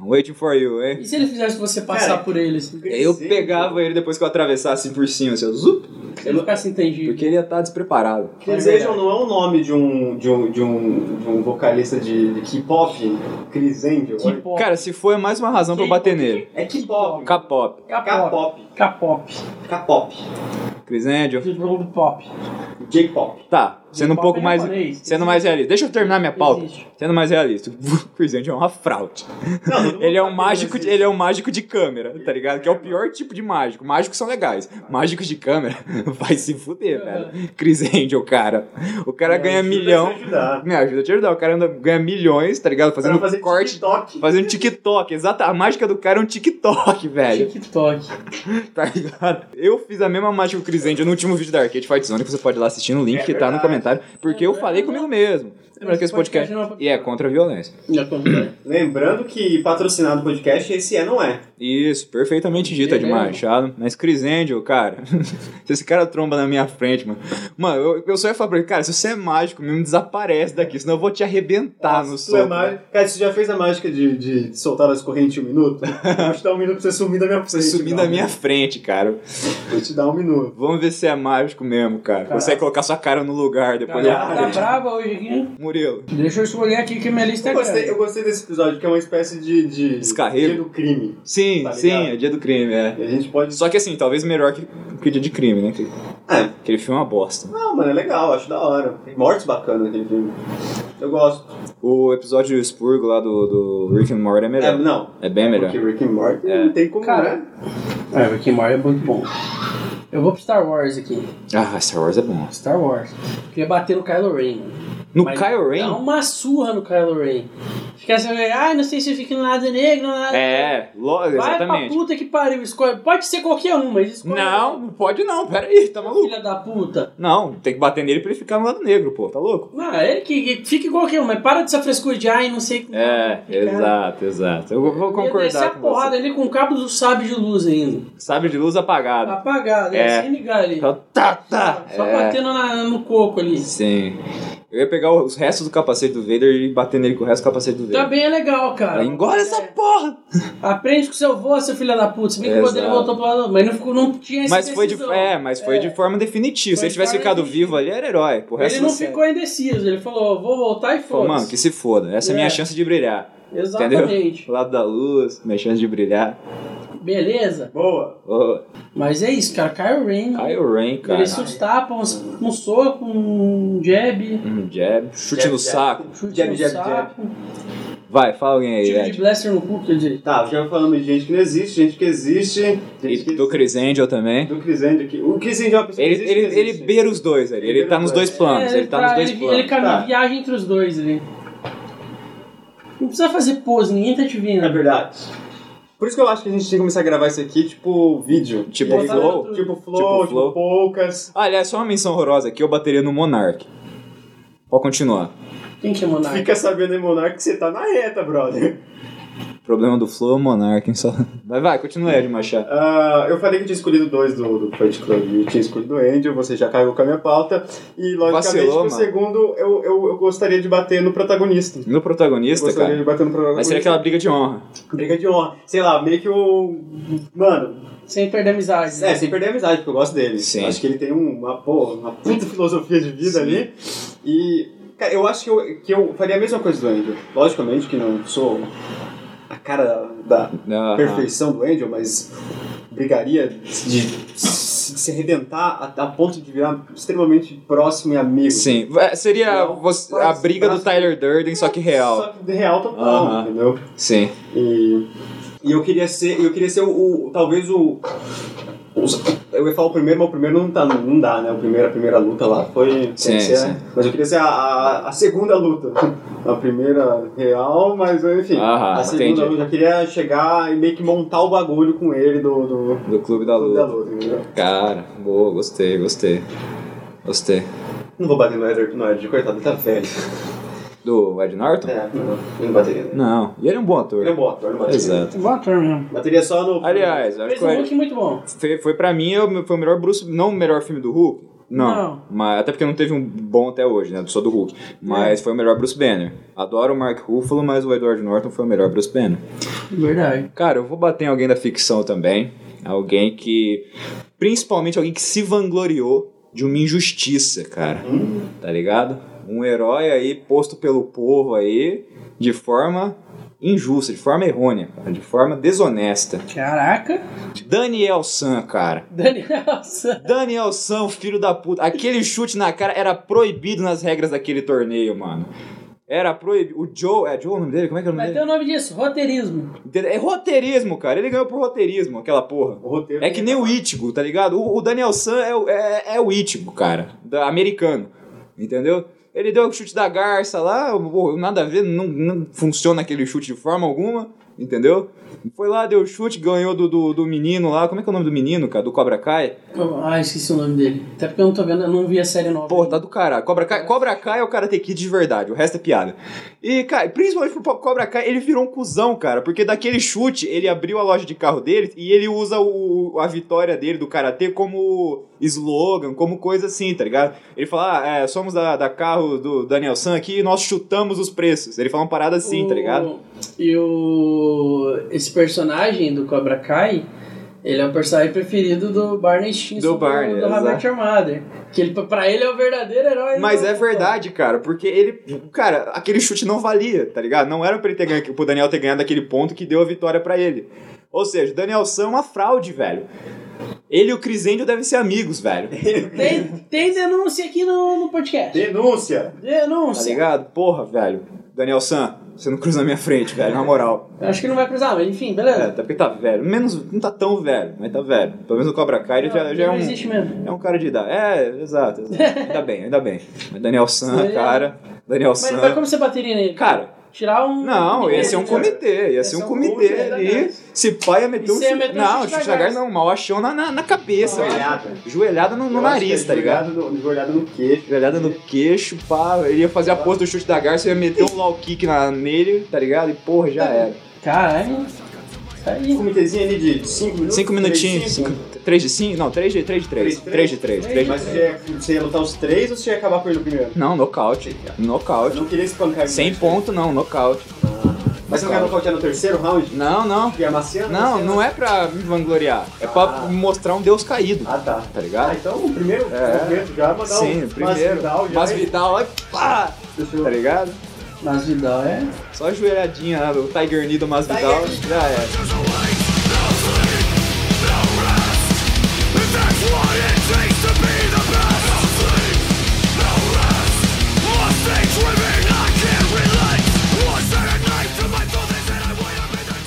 I'm waiting for you, hein? E se ele fizesse você passar Cara, por ele? Assim, se Eu Chris Angel. pegava ele depois que eu atravessasse assim por cima, assim, eu zup, ele ficasse entendido. porque ele ia estar despreparado. Chris Angel não é o nome de um, de um, de um, de um vocalista de, de K-pop? Chris Angel? Que pop. Cara, se for, é mais uma razão pra eu bater nele. é K-pop. K-pop. K-pop. K-pop. K-pop. K-pop. Chris Angel. De novo, pop. J-pop. Tá. Sendo um pouco eu mais. falei, existe. Sendo mais realista. Deixa eu terminar minha pauta. Existe. Sendo mais realista. O Chris Angel é uma fraude. Ele é um mágico, de, ele é um mágico de câmera, tá ligado? Que é o pior tipo de mágico. Mágicos são legais. Mágicos de câmera vai se fuder, velho. Chris Angel, cara. O cara ganha milhão. Me ajuda a te ajudar. O cara anda- ganha milhões, tá ligado? Fazendo fazer corte. TikTok. Fazendo TikTok, exata. A mágica do cara é um É TikTok, velho. TikTok. Tá ligado? Eu fiz a mesma mágica com o Chris Angel no último vídeo da Arcade Fight Zone, que você pode ir lá assistir no link que tá no comentário, porque eu falei comigo mesmo. Lembra que esse podcast. não é pra- E é contra a violência. Já convidei. Lembrando que patrocinado podcast, esse é, não é. Isso, perfeitamente dito, Ed Beleza. Machado. Mas Chris Angel, cara, se esse cara tromba na minha frente, mano. Mano, eu, eu só ia falar pra ele, cara, se você é mágico mesmo, desaparece daqui, senão eu vou te arrebentar no Nossa, tu soco. é mágico. Cara, você já fez a mágica de, de soltar as correntes em um minuto? Vou te dar um minuto pra você sumir da minha frente. Você sumir da cara. minha frente, cara. Vou te dar um minuto. Vamos ver se é mágico mesmo, cara. Caralho. Consegue colocar sua cara no lugar depois Ela tá da brava hoje aqui. né? Murilo. Deixa eu escolher aqui que minha lista é Eu gostei, eu grande. gostei desse episódio, que é uma espécie de... de Descarrego. Dia do crime. Sim, Tá sim, ligado? é dia do crime, é. E a gente pode... Só que assim, talvez melhor que, que Dia de Crime, né? Que, É. aquele filme é uma bosta. Não, mano, é legal, acho da hora. Tem mortes bacanas aquele filme. Eu gosto. O episódio Expurgo lá do, do Rick and Morty é É, melhor. não. É, bem melhor. Porque Rick and Morty É. não tem como, Cara. né? É, Rick and Morty é muito bom. Eu vou pro Star Wars aqui. Ah, Star Wars é bom. Star Wars. Queria bater no Kylo Ren, mano. No Mas Kylo Ren? Dá uma surra no Kylo Ren. Fica assim, ai, não sei se fica no lado negro, no lado É, lo- um Vai pra exatamente. puta que pariu, escolhe. Pode ser qualquer um, mas escolhe. um, Não, não pode não, peraí, tá maluco? Filha da puta. Não, tem que bater nele pra ele ficar no lado negro, pô, tá louco? Não, ele que, que fica qualquer um, mas para dessa frescura de ai, não sei. É, exato, exato. Eu vou- vou Ia descer concordar a com porrada você. ali com o cabo do sábio de luz ainda. Sabe de luz apagada. Apagado, É. é. sem ligar ali. Então, Tá, tá. Só É, batendo na- no coco ali. Sim. Eu ia pegar os restos do capacete do Vader e bater nele com o resto do capacete do Vader. Também é legal, cara. Engole essa É. porra! Aprende com seu avô, seu filha da puta. Se bem que o avô dele Exato. voltou pro lado, mas não, ficou, não tinha essa Mas foi, de, decisão. é, mas foi É. de forma definitiva. Se Foi ele de tivesse forma ficado definitiva. vivo ali, era herói. Pro resto Ele não da série. ficou indeciso, ele falou, "Ó, vou voltar e Falou, mano, foda-se. que se foda. Essa é a minha É. chance de brilhar. Exatamente. Lado da luz, minha chance de brilhar. Beleza. Boa. Ô, Mas é isso, cara. Kylo Ren. Kylo Ren, cara. Mereceu os tapas, um, um soco, um jab, Um jab, chute Jab, no jab. saco. um chute Jab, no jab, saco, Vai, fala alguém aí, tiro Tipo de Ed. blaster no cu, quer dizer. Tá, já falamos de gente que não existe, gente que existe. Gente E que do Chris Angel também. Do Chris Angel aqui. O Chris Angel é uma pessoa Ele, que existe, ele, que ele existe. beira os dois ali. Ele Ele tá beira nos os dois. dois planos. É, Ele tá nos dois ele, ele planos. caminha, Tá. viaja entre os dois ali. Não precisa fazer pose, ninguém tá te É vendo. verdade. Por isso que eu acho que a gente tinha que começar a gravar isso aqui, tipo, vídeo. Tipo E aí, flow? Tipo flow, Tipo tipo, flow. poucas. Ah, Aliás, só uma menção horrorosa aqui. Eu bateria no Monark. Pode continuar. Quem que é monarca? Fica sabendo, hein, Monark, que você tá na reta, brother. Problema do Flow, Monark. hein, Só... Vai, vai, continua, Ed Machado. Ah, eu falei que eu tinha escolhido dois do, do Fight Club. Eu tinha escolhido o Angel, você já cagou com a minha pauta. E, logicamente, Vacilou, o mano. segundo, eu, eu, eu gostaria de bater no protagonista. No Eu protagonista, gostaria cara. de bater no protagonista. Mas seria aquela briga de honra. Briga de honra. Sei lá, meio que o... Mano, Sem perder a amizade. né? É, sem perder a amizade, porque eu gosto dele. Sim. Acho que ele tem uma, pô, uma puta filosofia de vida Sim. ali. E, cara, eu acho que eu, que eu faria a mesma coisa do Angel. Logicamente que não sou a cara da Aham. perfeição do Angel, mas brigaria de, de se arrebentar a, a ponto de virar extremamente próximo e amigo. Sim, vai- seria Não, você- a braço- briga do braço- Tyler Durden, só que Só real. que de real total, Aham. entendeu? Sim. E, e eu queria ser, eu queria ser o, o- talvez o, os- eu ia falar o primeiro, mas o primeiro não tá, não dá, né? O primeiro, a primeira luta lá foi, Sim, tem que ser- né? sim. mas eu queria ser a, a, a segunda luta, a primeira real, mas enfim, Aham, a segunda entendi. luta, eu queria chegar e meio que montar o bagulho com ele do, do, Do Clube da do- da Luta. luta, entendeu? Cara, boa, gostei, gostei. Gostei. Não vou bater no Edward, no Edward, coitado, ele tá velho. Do Ed Norton? É, não, eu não bateria. nele. Não, e ele é um bom Ele é ator. bom ator, eu não bateria. Exato. Bom ator mesmo. Bateria só no... Aliás, acho Fez que um o Ed- look muito bom. foi, foi pra mim eu- foi o melhor Bruce, não o melhor filme do Hulk. Não, Não. Mas, até porque não teve um bom até hoje, né? Só do Hulk. Mas É. foi o melhor Bruce Banner. Adoro o Mark Ruffalo, mas o Edward Norton foi o melhor Bruce Banner. Verdade. Cara, eu vou bater em alguém da ficção também. Alguém que. Principalmente alguém que se vangloriou de uma injustiça, cara. Tá ligado? Um herói aí posto pelo povo aí de forma injusta, de forma errônea, cara, de forma desonesta. Caraca, Daniel San, cara. Daniel San. Daniel San, o filho da puta. Aquele chute na cara era proibido nas regras daquele torneio, mano. Era proibido. O Joe. É Joe o nome dele? Como é que é o nome Vai ter o dele? nome disso, roteirismo. É roteirismo, cara. Ele ganhou por roteirismo, aquela porra. O roteiro. É que nem o Itigo, tá ligado? O, o Daniel San é, o- é, é o Itigo, cara, da, americano, entendeu? Ele deu o chute da garça lá, o- o- nada a ver, não, não funciona aquele chute de forma alguma, entendeu? Foi lá, deu o chute, ganhou do, do, do menino lá, como é que é o nome do menino, cara? Do Cobra Kai? Ah, esqueci o nome dele. Até porque eu não tô vendo, eu não vi a série nova. Porra, tá do caralho. Cobra Kai, Cobra Kai é o Karate Kid de verdade, o resto é piada. E, cara, principalmente pro Cobra Kai, ele virou um cuzão, cara, porque daquele chute, ele abriu a loja de carro dele e ele usa o, a vitória dele do Karate como slogan, como coisa assim, tá ligado? Ele fala, ah, é, somos da, da carro do Daniel San aqui e nós chutamos os preços. Ele fala uma parada assim, tá ligado? E o. Esse personagem do Cobra Kai. Ele é o personagem preferido do Barney Stinson Do Barney, do How I Met Your Mother. Que ele, pra ele é o verdadeiro herói. Mas do- é verdade, cara, porque ele. Cara, aquele chute não valia, tá ligado? Não era pra ele ter ganho, pro Daniel ter ganhado aquele ponto que deu a vitória pra ele. Ou seja, o Daniel Sam é uma fraude, velho. Ele e o Crisêndio devem ser amigos, velho. tá Tem, tem denúncia aqui no, no podcast. Denúncia! Tá Denúncia. ligado? Porra, velho. Daniel Sam, você não cruza na minha frente, velho, na moral. Eu acho que não vai cruzar, mas enfim, É, beleza. até porque tá velho. Menos. Não tá tão velho, mas tá velho. Pelo menos o Cobra Kai ele já, já é não um. existe mesmo. É um cara de idade. É, exato, exato. Ainda bem, ainda bem. Mas Daniel Sam, Sim. cara. Daniel é. Mas, mas Sam. como você bateria nele? Cara, Tirar um. Não, ia ser um né? comitê, ia ser um comitê comitê, ali. né? Se pai ia meter E um você ia chute. meter um Não, chute na chute na garça garça. não, mal achão na, na, na cabeça. velho. Joelhada. Joelhada no, no Eu acho que nariz, é tá ligado? joelhada no- Joelhada no queixo. Joelhada no queixo, pá. Ele ia fazer a porra do chute da garça, ia meter um low kick na, nele, tá ligado? E porra, já era. Caralho. Um Aí. comitêzinho ali de 5 minutos. Cinco três, minutinhos. cinco. 3 de 5? Não, 3 de 3 de 3. Três, 3 de 3. 3 Mas é- de você 3. ia, você ia lutar os três ou você ia acabar perdendo o primeiro? Não, nocaute. Eu Nocaute. não queria espancar Sem ninguém. ponto, não, nocaute. Mas você não quer nocautear no terceiro round? Não, não. E amaciando? Não, não é pra me vangloriar. É pra Ah. mostrar um deus caído. Ah, tá. Tá Ah, ligado? então o primeiro É. movimento já mandar Sim, um primeiro. Masvidal já. é Mas Vidal, olha, pá! Deixa eu- Tá ligado? Mas Vidal é. Só a joelhadinha lá do Tiger Knee do Masvidal Tiger já é.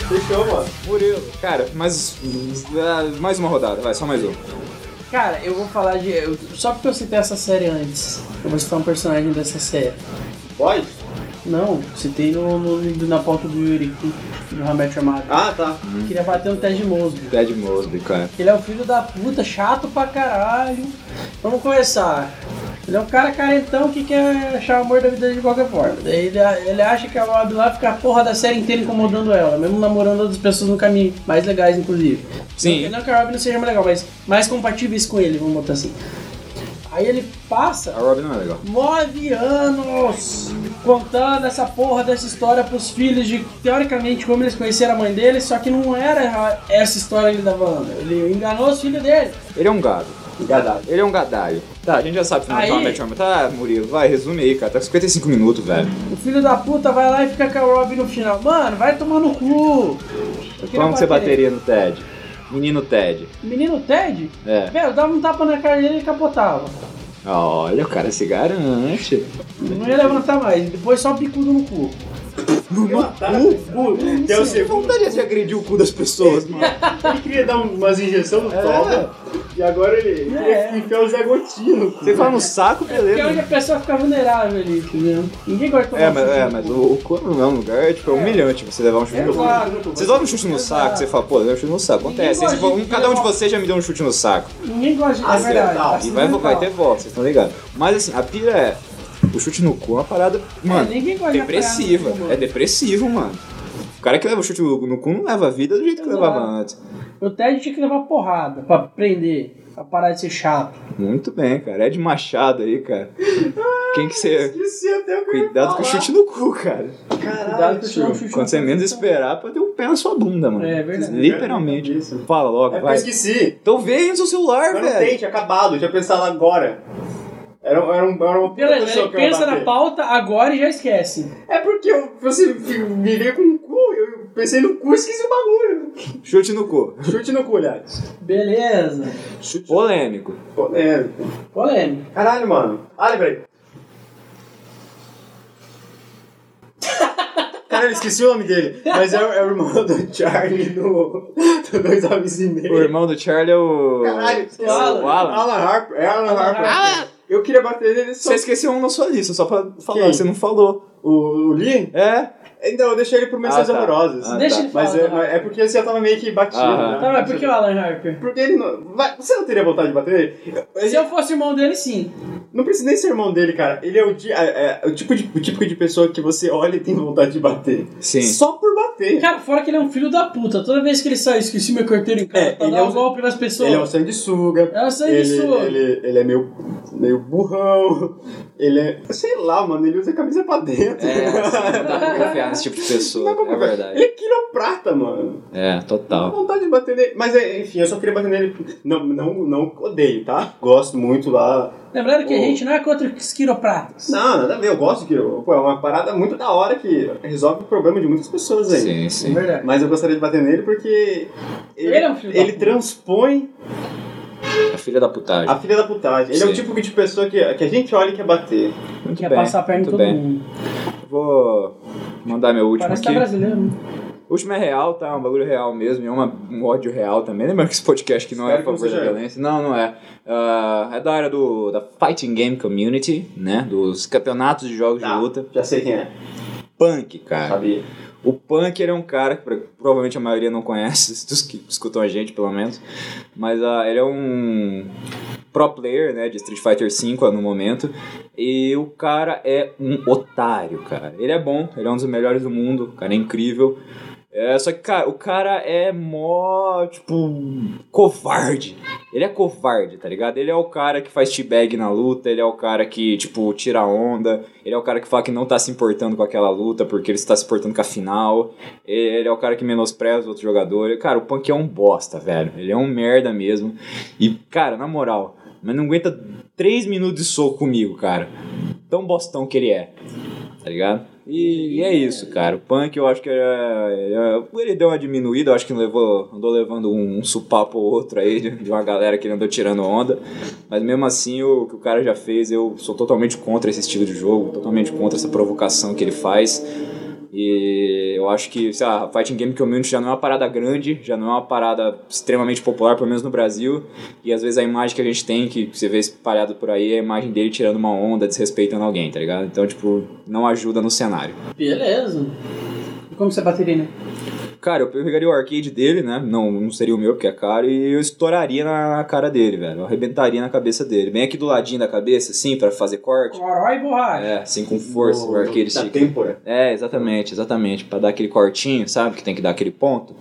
Fechou, mano. Murilo. Cara, mas. ah, Mais uma rodada, vai, só mais um. uma. Cara, eu vou falar de. eu- só porque eu citei essa série antes. Eu vou citar um personagem dessa série. Boys? Não, citei no, no- na pauta do Yuri, do Hamet Armado. Ah, tá. Queria bater no Ted Mosby. Ted Mosby, cara. Ele é o filho da puta, chato pra caralho. Vamos começar. Ele é um cara carentão que quer achar o amor da vida dele de qualquer forma. Daí Ele, ele acha que a Bob lá fica a porra da série inteira incomodando ela, mesmo namorando outras pessoas no caminho, mais legais, inclusive. Sim. Não que a Rob não seja mais legal, mas mais compatíveis com ele, vamos botar assim. Aí ele passa A Robin não é legal. nove anos contando essa porra dessa história pros filhos de teoricamente como eles conheceram a mãe dele, só que não era essa história ali da Wanda. Ele enganou os filhos dele. Ele é um gado. Engadado. Ele é um gadalho. Tá, a gente já sabe o final Aí- de How I Met Your Mother. Tá, Murilo, vai, resume aí, cara. Tá com 55 minutos, velho. O filho da puta vai lá e fica com a Robin no final. Mano, vai tomar no cu. Eu queria Como que você bater bateria no Ted? Menino Ted. nele. Menino Ted? É. Velho, dava um tapa na cara dele e capotava. Olha, o cara se garante. Não ia levantar mais. Depois só bicudo no cu. é um Uh, Que é Uh, o Que segundo. vontade de agredir o cu das pessoas, mano. Ele queria dar um- umas injeções no É. toba. E agora ele ele É. queria enfiar o Zé Gotinho no cu. Você fala no saco, Porque é onde beleza. né? a pessoa fica vulnerável ali, entendeu? Ninguém gosta de tomar É, um mas, chute é, no mas cu. o, o corpo não é um lugar, tipo, é humilhante você levar um chute É, no cu. Exato. Vocês dão um chute no saco, você fala, pô, deu um chute no saco. Acontece. Ninguém Vocês vão- gosta um- de cada um de levar- vocês já me deu um chute no saco. Ninguém gosta de é Acidental. verdade. E vai, vai ter volta, vocês estão ligados. Mas assim, a pira é. O chute no cu é uma parada, mano, ninguém gosta de depressiva. apanhar no cu, né, mano. É depressivo, mano. O cara que leva o chute no no cu não leva a vida do jeito que Exato. levava antes. O Ted tinha que levar porrada pra aprender, pra parar de ser chato. Muito bem, cara. É de machado aí, cara. Quem que você. Esqueci até o que eu ia Cuidado com o falar. chute no cu, cara. Cuidado que Caralho, você não é um chuchu. Quando você menos esperar, pode ter um pé na sua bunda, mano. É verdade. Literalmente. Isso. Fala logo, É porque eu vai. esqueci. Então vem no seu celular, Mas não velho. tem, tinha acabado, tinha pensado agora. Era, um- era, um, era uma puta Beleza, pessoa ele que eu ia pensa na bater. pauta agora e já esquece. É porque eu, você me vê com o cu Pensei no cu e esqueci o bagulho. Chute no cu. Chute no cu, aliás. Beleza. Chute Polêmico. Polêmico. Polêmico. Caralho, mano. Ah, lembrei. Caralho, esqueci o nome dele. Mas é, o- é o irmão do Charlie do, do Dois Homens e O Meio. irmão do Charlie é o. Caralho, esqueci. o Alan. Alan Harper. É Alan Harper. Ah, Eu queria bater nele só. você esqueceu um na sua lista, só pra falar, Quem? você não falou. O, o Lee? É? Então, eu deixei ele por menções Ah, tá. amorosas. Ah, Deixa tá. ele falar. Mas é, mas é porque você já tava meio que batido, Aham. né? Tá, mas por que o Alan Harper? Porque ele não. vai- você não teria vontade de bater ele? Se eu fosse irmão dele, sim. Não precisa nem ser irmão dele, cara. Ele é o, di- é- é o tipo de, o típico de pessoa que você olha e tem vontade de bater. Sim. Só por bater. Cara, fora que ele é um filho da puta. Toda vez que ele sai, esqueci minha carteira em casa É, pra ele dar é um um- golpe nas pessoas. Ele é um sanguessuga. É um sanguessuga. Ele, ele, ele é meio, meio burrão. Ele é. Sei lá, mano. Ele usa a camisa pra dentro. É, assim, não dá pra confiar nesse tipo de pessoa. Não dá pra É confiar. verdade. Ele é quiroprata, mano. É, Dá total. vontade de bater nele. Mas, é, enfim, eu só queria bater nele. Não, não, não odeio, tá? Gosto muito lá. Lembrando que a Ô. gente não é contra os quiropratas. Não, nada a ver. Eu gosto que. Pô, é uma parada muito da hora que resolve o problema de muitas pessoas aí. Sim, É sim. verdade. Mas eu gostaria de bater nele porque. Ele é um filho da ele puta. transpõe A É filha da putagem. a filha da putagem. Ele é Sim. o tipo de pessoa que, que a gente olha e quer bater. Muito Quer bem, passar a perna em muito todo bem. mundo. Vou mandar meu último Parece que tá aqui. brasileiro, né? O último é real, tá? É um bagulho real mesmo, e é uma- um ódio real também. Lembra que esse podcast que não é a Espero que não favor da seja eu. violência? Não, não é. Ah, é da área do, da Fighting Game Community, né? Dos campeonatos de jogos Tá. de luta. Já sei quem é, Punk, cara. sabia? O Punk ele é um cara que pra- provavelmente a maioria não conhece, dos que escutam a gente, pelo menos. Mas ah, ele é um pro player, né, de Street Fighter V no momento. E o cara é um otário, cara. Ele é bom, ele é um dos melhores do mundo, o cara é incrível. É, só que, cara, o cara é mó, tipo, covarde. Ele é covarde, tá ligado? Ele é o cara que faz teabag na luta, ele é o cara que, tipo, tira onda, ele é o cara que fala que não tá se importando com aquela luta porque ele está se importando com a final, ele é o cara que menospreza o outro jogador. E, Cara, o Punk é um bosta, velho. Ele é um merda mesmo. E, cara, na moral, mas não aguenta 3 minutos de soco comigo, cara. Tão bostão que ele é, tá ligado? E, e é isso, cara. O Punk, eu acho que é, é- ele deu uma diminuída, eu acho que levou, andou levando um, um supapo ou outro aí de de uma galera que ele andou tirando onda. Mas mesmo assim, o que o cara já fez, eu sou totalmente contra esse estilo de jogo, totalmente contra essa provocação que ele faz. E eu acho que, sei lá, a Fighting Game Community já não é uma parada grande, já não é uma parada extremamente popular, pelo menos no Brasil. E às vezes a imagem que a gente tem, que você vê espalhado por aí, é a imagem dele tirando uma onda, desrespeitando alguém, tá ligado? Então, tipo, não ajuda no cenário. Beleza. E Como você bateria, né? Cara, eu pegaria o arcade dele, né? Não, não seria o meu, porque é caro, e eu estouraria na, na cara dele, velho. Eu arrebentaria na cabeça dele. Bem aqui do ladinho da cabeça, assim, pra fazer corte. Corói e borracha. É, assim, com força, o Do- arcade da stick. têmpora. É, exatamente, exatamente. Pra dar aquele cortinho, sabe? Que tem que dar aquele ponto.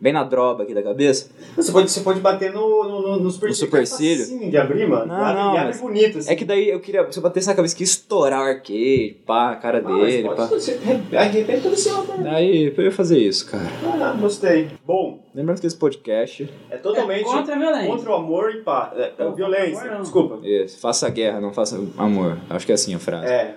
Bem na droba aqui da cabeça. Você pode, você pode bater no, no, no, no supercílio. No supercílio? Assim, de abrir, mano. Não, abre, não, e abre mas- bonito, assim. É que daí eu queria. Se eu batesse na cabeça que ia estourar o arcade, pá, a cara Ah, mas dele, pode pá. ser- você arre- Arrebenta do né? céu, cara. Daí eu ia fazer isso, cara. Ah, gostei. Bom, Lembrando que esse podcast. é totalmente É contra a violência. contra o amor e pá. É, é Não, violência. amor não. Desculpa. Esse, é, faça guerra, não faça amor. Acho que é assim a frase. É.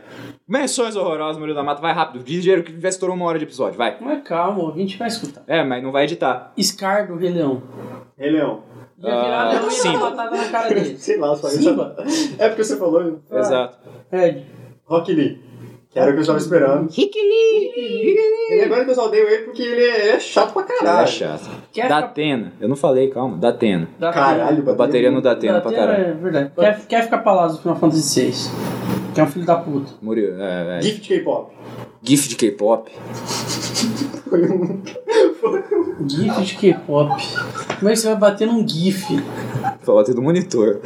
Menções horrorosas, Murilo da Mata, vai rápido. Diz dinheiro que já estourou uma hora de episódio, vai. Mas calma, o ouvinte vai escutar. É, mas não vai editar. Scar do Rei Leão. Rei Leão. Ia virar Ah, leão e ia sim. dar uma patada na cara dele. Sei lá, só isso. Simba? É porque você falou Ah. Exato. Ed. Rock Lee. Que era o que eu tava esperando. Rick Lee! E agora que eu só odeio ele porque ele é, é chato pra caralho. É chato. Quer Da ficar- Atena. Eu não falei, calma. Da Atena. Da Caralho, Eu bateria no da Atena pra caralho. É verdade. Quer, quer ficar palado no Final Fantasy VI? Que é um filho da puta. Murilo, é, é. Gift K-pop. GIF de K-pop. Foi um. GIF de K-pop. Como é que você vai bater num GIF Falou até do monitor.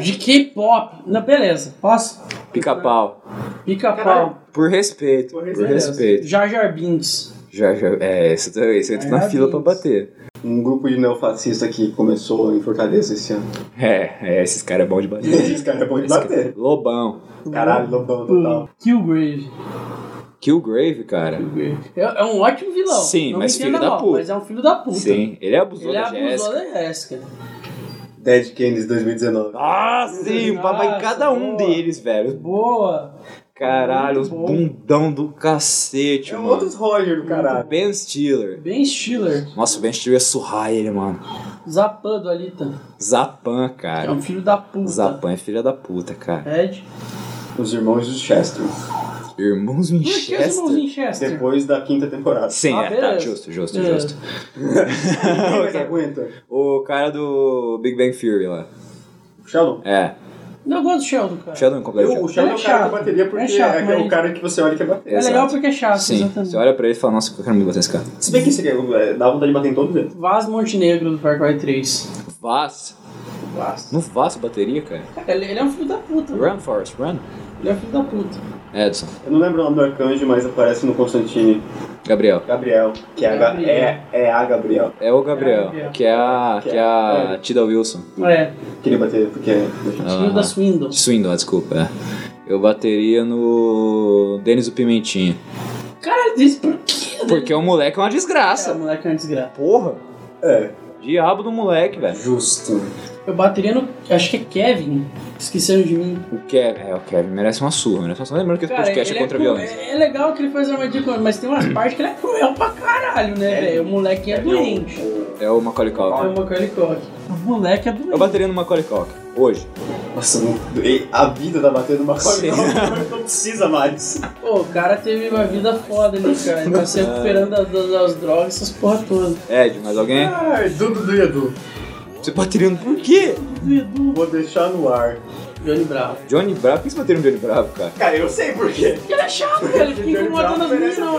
de K-pop? Não, beleza. Posso? Pica-pau. Pica-pau. Caralho. Por respeito. Por Por respeito. respeito. Jar Jar Binks. Já, já, é, esse, também, esse entra Ai, na meu fila pra Deus. bater. Um grupo de neofascista que começou em Fortaleza esse ano. É, é, esses caras é bom de bater. Esse cara é bom de Esse cara- bater. Lobão. Caralho, lobão total. Killgrave. Killgrave, cara. É, é um ótimo vilão. Sim, não mas me entenda filho da mal, puta. Mas é um filho da puta. Sim, ele abusou Ele é da abusou Jéssica. da Jéssica. Dead Kennedys 2019. Ah, sim, Nossa, papai em cada um boa. deles, velho. Boa. Caralho, os Muito bom. bundão do cacete, É um mano. outro Roger do caralho. Ben Stiller. Ben Stiller, Nossa, o Ben Stiller é surrai ele, mano. Zapando Alita. Zapan, É cara. um filho da puta. Zapan é filha da puta, cara. Ed. Os irmãos do Chester. Irmãos Por que os irmãos Winchester? Winchester? Depois da quinta temporada. Sim, Ah, é, tá, beleza. justo, justo, É. justo. Quem mais aguenta? O cara do Big Bang Theory lá. Sheldon. É, Não, eu gosto do Sheldon, cara. Sheldon completo. Eu- o Sheldon é, Ele é o cara chato. que bateria porque É chato, é, aquele- mas- o cara que você olha que é bater. É legal porque é chato, Sim, exatamente. você olha pra ele e fala, nossa, eu quero muito bater nesse cara. Se bem que esse aqui é, dá vontade de bater em todos eles. Vaz Montenegro do Far Cry 3. Vaz, não faço bateria, cara. Cara, ele, ele é um filho da puta. né? Run, Forrest, run. Ele é um filho da puta. Edson, Eu não lembro o nome do arcanjo, mas aparece no Constantine. Gabriel. Gabriel. Que é, a Ga- é, é a Gabriel. É o Gabriel, Gabriel. que é a, que é a É. Tida Wilson. É, Queria bater porque... é Ah. filho da Swindon. Swindon, desculpa. é. Eu bateria no Denis o Pimentinha. Cara, ele disse por quê? Porque o moleque é uma Essa desgraça. moleque é uma desgraça. Porra! É. Diabo do moleque, velho. Justo. Eu bateria no. Acho que é Kevin. Esqueceram de mim. O Kevin, é, o Kevin merece uma surra, merece uma surra. Lembrando que esse podcast é ele contra a cru- violência. É, é legal que ele faz armadilha com mas tem umas partes que ele é cruel pra caralho, né, velho? O moleque é doente. É o Macaulay Foi Culkin. o Macaulay Culkin. O moleque é Eu doente. bateria no Macaulay Culkin, hoje. Nossa, não- e a vida tá batendo uma Sim. coisa. Não precisa mais. Pô, o cara teve uma vida foda ali, cara. Ele tá se É. recuperando das, das- das drogas, essas porra todas. Ed, mais alguém? Ai, Dudu do Edu. Você bateria no por quê? Vou deixar no ar. Johnny Bravo. Johnny Bravo, por que você bateria no Johnny Bravo, cara? Cara, eu sei por quê. Ele é chato, velho. Ele fica incomodando as meninas, mano.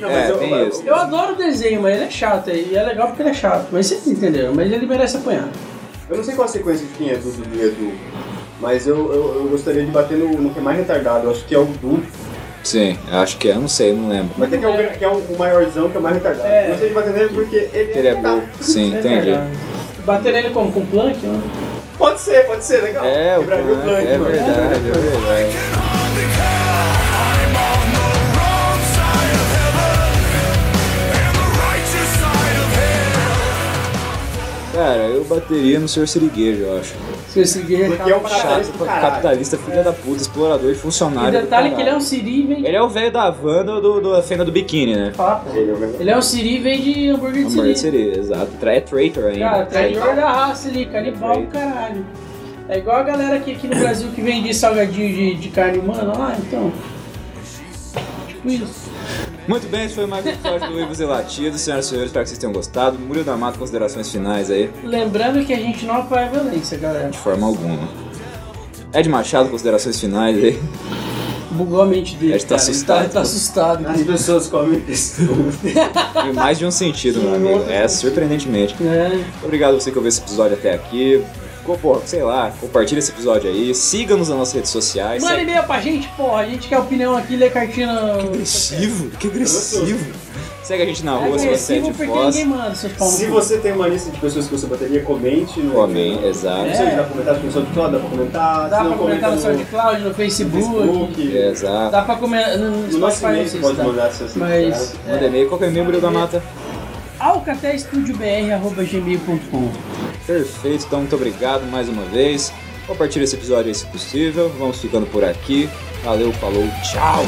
Não, É, mas eu, tem eu- isso. Eu adoro o desenho, mas ele é chato. E é legal porque ele é chato. Mas vocês entenderam. Mas ele merece apanhar. eu não sei qual a sequência de quem é Dudu do Edu. Mas eu, eu, eu gostaria de bater no, no que é mais retardado. Eu acho que é o Du. Sim, eu acho que é, eu não sei, eu não lembro. Mas tem que é o, gran- que é o, o maiorzão, que é o mais retardado. É. Eu gostaria de bater nele porque ele, Ele é retardado. bom. Sim, entendi. Bater nele como? Com plank, né? Pode ser, pode ser, legal. É, o Quebraria Frank, é mano. verdade, é verdade. Cara, eu bateria no Sr. Siriguejo, eu acho. Se eu seguir, Porque é um pra- chato. Chato, Capitalista do pra caralho. capitalista, filha da puta, explorador e E funcionário. do detalhe que ele é um caralho. Siri, vem de Ele é o velho da Wanda do, do, da cena do biquíni, né? papo. Ele é o melhor. Ele é um Siri, vem de hambúrguer de Hambúrguer Siri. de sereia, exato. Tra- É traitor ainda. Cara, traidor Traitor. da raça ali, canibal, caralho. É igual a galera aqui, aqui no Brasil que vende salgadinho de, de carne humana lá, então. Tipo isso. Muito bem, esse foi mais um episódio do Vivos e Latidos. Senhoras e senhores, espero que vocês tenham gostado. Murilo da Mata, considerações finais aí, Lembrando que a gente não apoia a violência, galera. de forma alguma. Ed Machado, considerações finais aí. Bugou a mente dele. Ele tá cara. assustado. Ele tá, tá assustado. As pessoas comem pessoas. Em mais de um sentido, meu amigo. É, surpreendentemente. É, Obrigado a você que ouviu esse episódio até aqui. Ficou, Pô, sei lá, compartilha esse episódio aí. Siga-nos nas nossas redes sociais. Manda Segue- e-mail pra gente, porra. A gente quer opinião aqui, lê cartinha no. agressivo, que agressivo. Segue a gente na rua se você é agressivo de porque Foz. ninguém manda, seus pau no Se cu. você tem uma lista de pessoas que você bateria, comente no. Homem, exato. Não sei se dá pra comentar, se não dá pra comentar. Dá se pra não comentar no comenta SoundCloud, no Facebook. Facebook. Exato. Dá pra comentar no, no No nosso Spotify, e-mail não você sei pode se dá. mandar essas Mas Manda e-mail, qual que é o e-mail, Murilo da Mata? alcatestudiobr.gmail.com Perfeito, então muito obrigado mais uma vez. Compartilha esse episódio aí se possível. Vamos ficando por aqui. Valeu, falou, tchau!